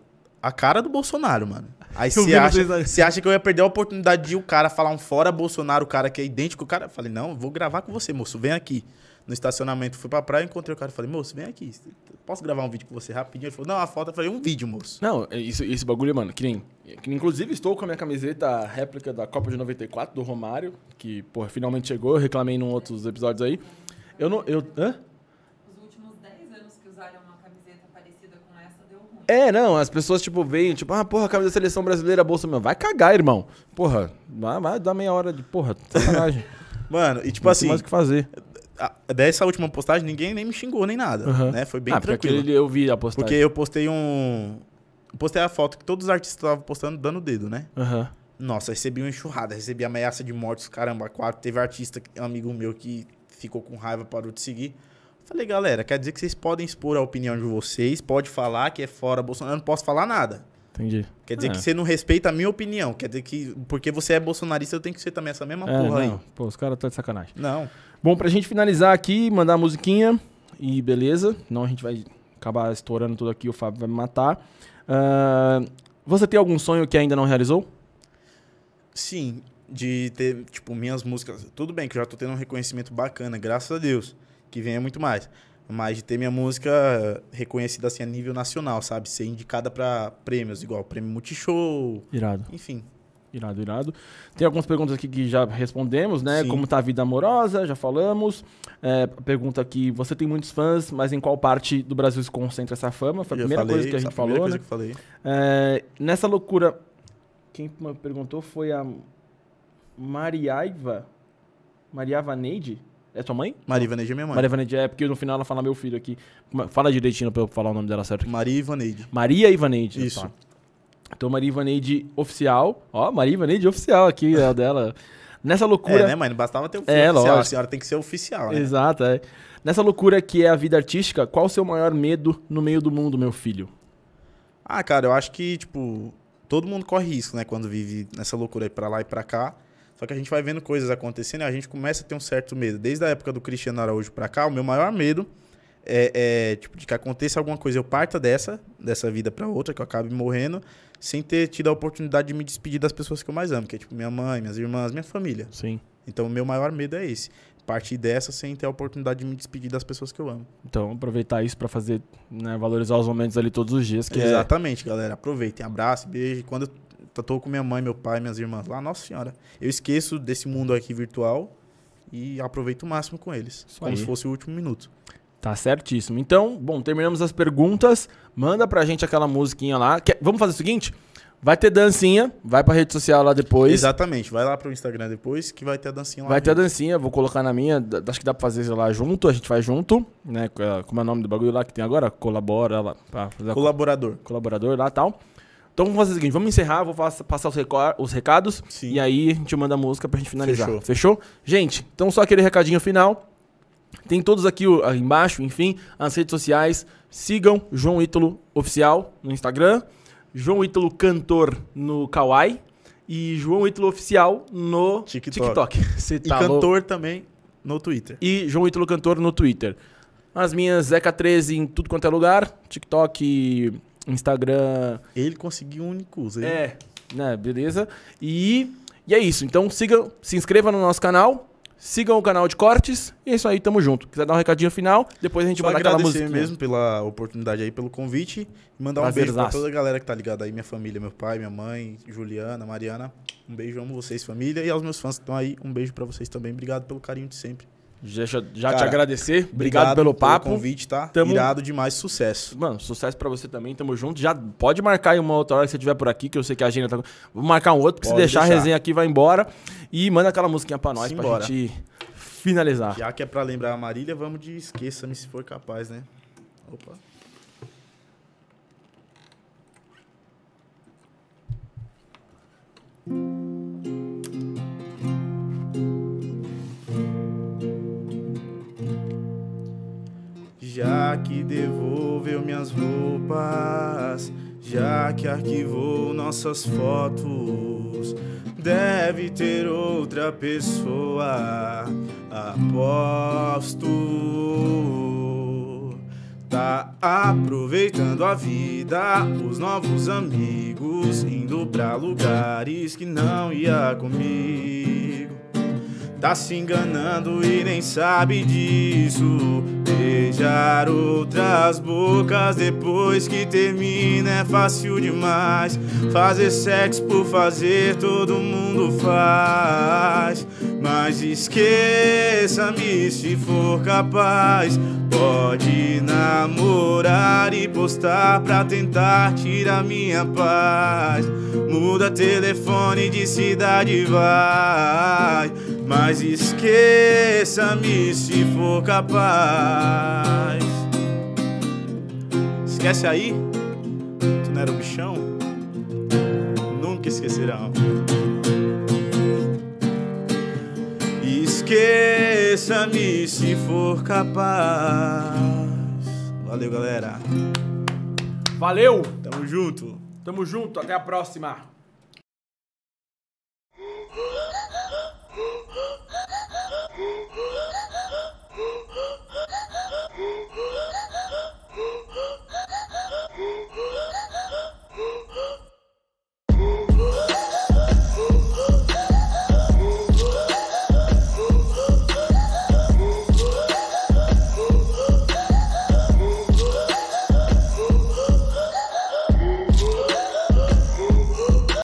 A cara do Bolsonaro, mano. Aí Eu vi você no acha, Facebook. você acha que eu ia perder a oportunidade de o cara falar um fora Bolsonaro, o cara que é idêntico ao cara? Eu falei, não, eu vou gravar com você, moço. Vem aqui. No estacionamento, fui pra praia, encontrei o cara. Falei, moço, vem aqui. Posso gravar um vídeo com você rapidinho? Ele falou, não, a foto. Eu falei, um vídeo, moço. Não, é isso, esse bagulho, mano, que nem. que nem- inclusive, estou com a minha camiseta réplica da Copa de 94 do Romário, que, porra, finalmente chegou, eu reclamei em um outros episódios aí. Eu não. Eu, hã? Os últimos 10 anos que usaram uma camiseta parecida com essa deu ruim. É, não, as pessoas, tipo, veem, tipo, ah, porra, camisa da seleção brasileira, bolsa meu. Vai cagar, irmão. Porra, vai, vai dar meia hora de. Porra, sacanagem. Mano, e [LAUGHS] tipo Não tem assim, mais o que fazer. a- dessa última postagem, ninguém nem me xingou nem nada. Aham. Né? Foi bem ah, porque tranquilo. aquele eu vi a postagem. Porque eu postei um. Postei a foto que todos os artistas estavam postando dando o dedo, né? Aham. Nossa, recebi uma enxurrada, recebi ameaça de mortes, caramba, quatro. Teve artista, que- amigo meu, que ficou com raiva, parou de seguir. Falei, galera, quer dizer que vocês podem expor a opinião de vocês, pode falar que é fora Bolsonaro, eu não posso falar nada. Entendi. Quer dizer É. que você não respeita a minha opinião. Quer dizer que porque você é bolsonarista, eu tenho que ser também essa mesma é, Tá porra não. aí. Pô, os caras estão de sacanagem. Não. Bom, pra gente finalizar aqui, mandar a musiquinha. E beleza. Senão a gente vai acabar estourando tudo aqui, o Fábio vai me matar. Ah, você tem algum sonho que ainda não realizou? Sim, de ter, tipo, minhas músicas. Tudo bem que eu já tô tendo um reconhecimento bacana, graças a Deus, que venha muito mais. Mas de ter minha música reconhecida assim a nível nacional, sabe? Ser indicada pra prêmios, igual prêmio Multishow, Irado. enfim. Irado, irado. Tem algumas perguntas aqui que já respondemos, né? Sim. Como tá a vida amorosa, já falamos. É, a pergunta aqui, você tem muitos fãs, mas em qual parte do Brasil se concentra essa fama? Foi a Já primeira falei, coisa que a gente essa primeira falou, coisa né? que eu falei. É, nessa loucura, quem me perguntou foi a Mariaiva, Mariava Neide? É tua mãe? Maria Ivaneide é minha mãe. Maria Ivaneide, é porque no final ela fala meu filho aqui. Como é- Fala direitinho pra eu falar o nome dela certo. aqui. Maria Ivaneide. Maria Ivaneide. Isso. tá. Então, Maria Ivaneide oficial. Ó, Maria Ivaneide oficial aqui, é a dela. Nessa loucura. É, né, mãe? Não bastava ter o É, oficial. lógico. A senhora tem que ser oficial, né? Exato, é. Nessa loucura que é a vida artística, qual o seu maior medo no meio do mundo, meu filho? Ah, cara, eu acho que, tipo, todo mundo corre risco, né? Quando vive nessa loucura aí pra lá e pra cá. Só que a gente vai vendo coisas acontecendo e a gente começa a ter um certo medo. Desde a época do Cristiano Araújo pra cá, o meu maior medo é, é, tipo, de que aconteça alguma coisa. Eu parta dessa, dessa vida pra outra, que eu acabe morrendo, sem ter tido a oportunidade de me despedir das pessoas que eu mais amo, que é, tipo, minha mãe, minhas irmãs, minha família. Sim. Então, o meu maior medo é esse. Partir dessa sem ter a oportunidade de me despedir das pessoas que eu amo. Então, aproveitar isso pra fazer, né, valorizar os momentos ali todos os dias, que é- Exatamente, galera. Aproveitem, abraço, beijo. Quando eu tô com minha mãe, meu pai, minhas irmãs lá, nossa senhora, eu esqueço desse mundo aqui virtual e aproveito o máximo com eles. Isso como aí. se fosse o último minuto. Tá certíssimo. Então, bom, terminamos as perguntas. Manda pra gente aquela musiquinha lá. Quer- vamos fazer o seguinte? Vai ter dancinha, vai pra rede social lá depois. Exatamente. Vai lá pro Instagram depois que vai ter a dancinha lá. Vai ter a dancinha, vou colocar na minha. d- Acho que dá pra fazer sei lá junto, a gente vai junto, né? co- eh, Como é o nome do bagulho lá que tem agora? Colabora lá, pra fazer a co- Colaborador. colaborador lá e tal. Então vamos fazer o seguinte, vamos encerrar, vou faz- passar os, recor- os recados Sim. e aí a gente manda a música pra gente finalizar. Fechou. Fechou? Gente, então só aquele recadinho final. Tem todos aqui o- aí embaixo, enfim, as redes sociais. Sigam João Ítalo Oficial no Instagram, João Ítalo Cantor no Kawaii e João Ítalo Oficial no TikTok. TikTok. Você E tá louco? cantor também no Twitter. e João Ítalo Cantor no Twitter. As minhas Zeca13 em tudo quanto é lugar, TikTok, Instagram, Ele conseguiu um único uso. ele- é, né, beleza? E, e é isso. Então siga, se inscreva no nosso canal, sigam o canal de cortes e é isso aí, tamo junto. Quiser dar um recadinho final, depois a gente Só manda aquela agradecer música. mesmo pela oportunidade aí, pelo convite. E mandar um beijo pra Prazerzaço. toda a galera que tá ligada aí, minha família, meu pai, minha mãe, Juliana, Mariana. Um beijo, amo vocês, família. E aos meus fãs que estão aí, um beijo pra vocês também. Obrigado pelo carinho de sempre. Deixa já te Cara, agradecer, obrigado, pelo papo. convite, tá? Tamo- Irado demais, sucesso. Mano, sucesso pra você também, tamo junto. Já pode marcar aí uma outra hora que você tiver por aqui, que eu sei que a agenda tá. Vou marcar um outro, porque se Pode deixar, a deixar. resenha aqui vai embora. E manda aquela musiquinha pra nós, pra Simbora. gente finalizar. Já que é pra lembrar a Marília, vamos de Esqueça-me se for capaz, né? Opa. Já que devolveu minhas roupas, já que arquivou nossas fotos, deve ter outra pessoa, aposto. Tá aproveitando a vida, os novos amigos, indo pra lugares que não ia comigo. Tá se enganando e nem sabe disso. Beijar outras bocas depois que termina é fácil demais. Fazer sexo por fazer todo mundo faz. Mas esqueça-me se for capaz. Pode namorar e postar pra tentar tirar minha paz. Muda telefone de cidade, vai. Mas esqueça-me se for capaz. Esquece aí? Tu não era o bichão? Nunca esquecerão. Esqueça-me se for capaz. Valeu, galera. Valeu! Tamo junto. Tamo junto, até a próxima!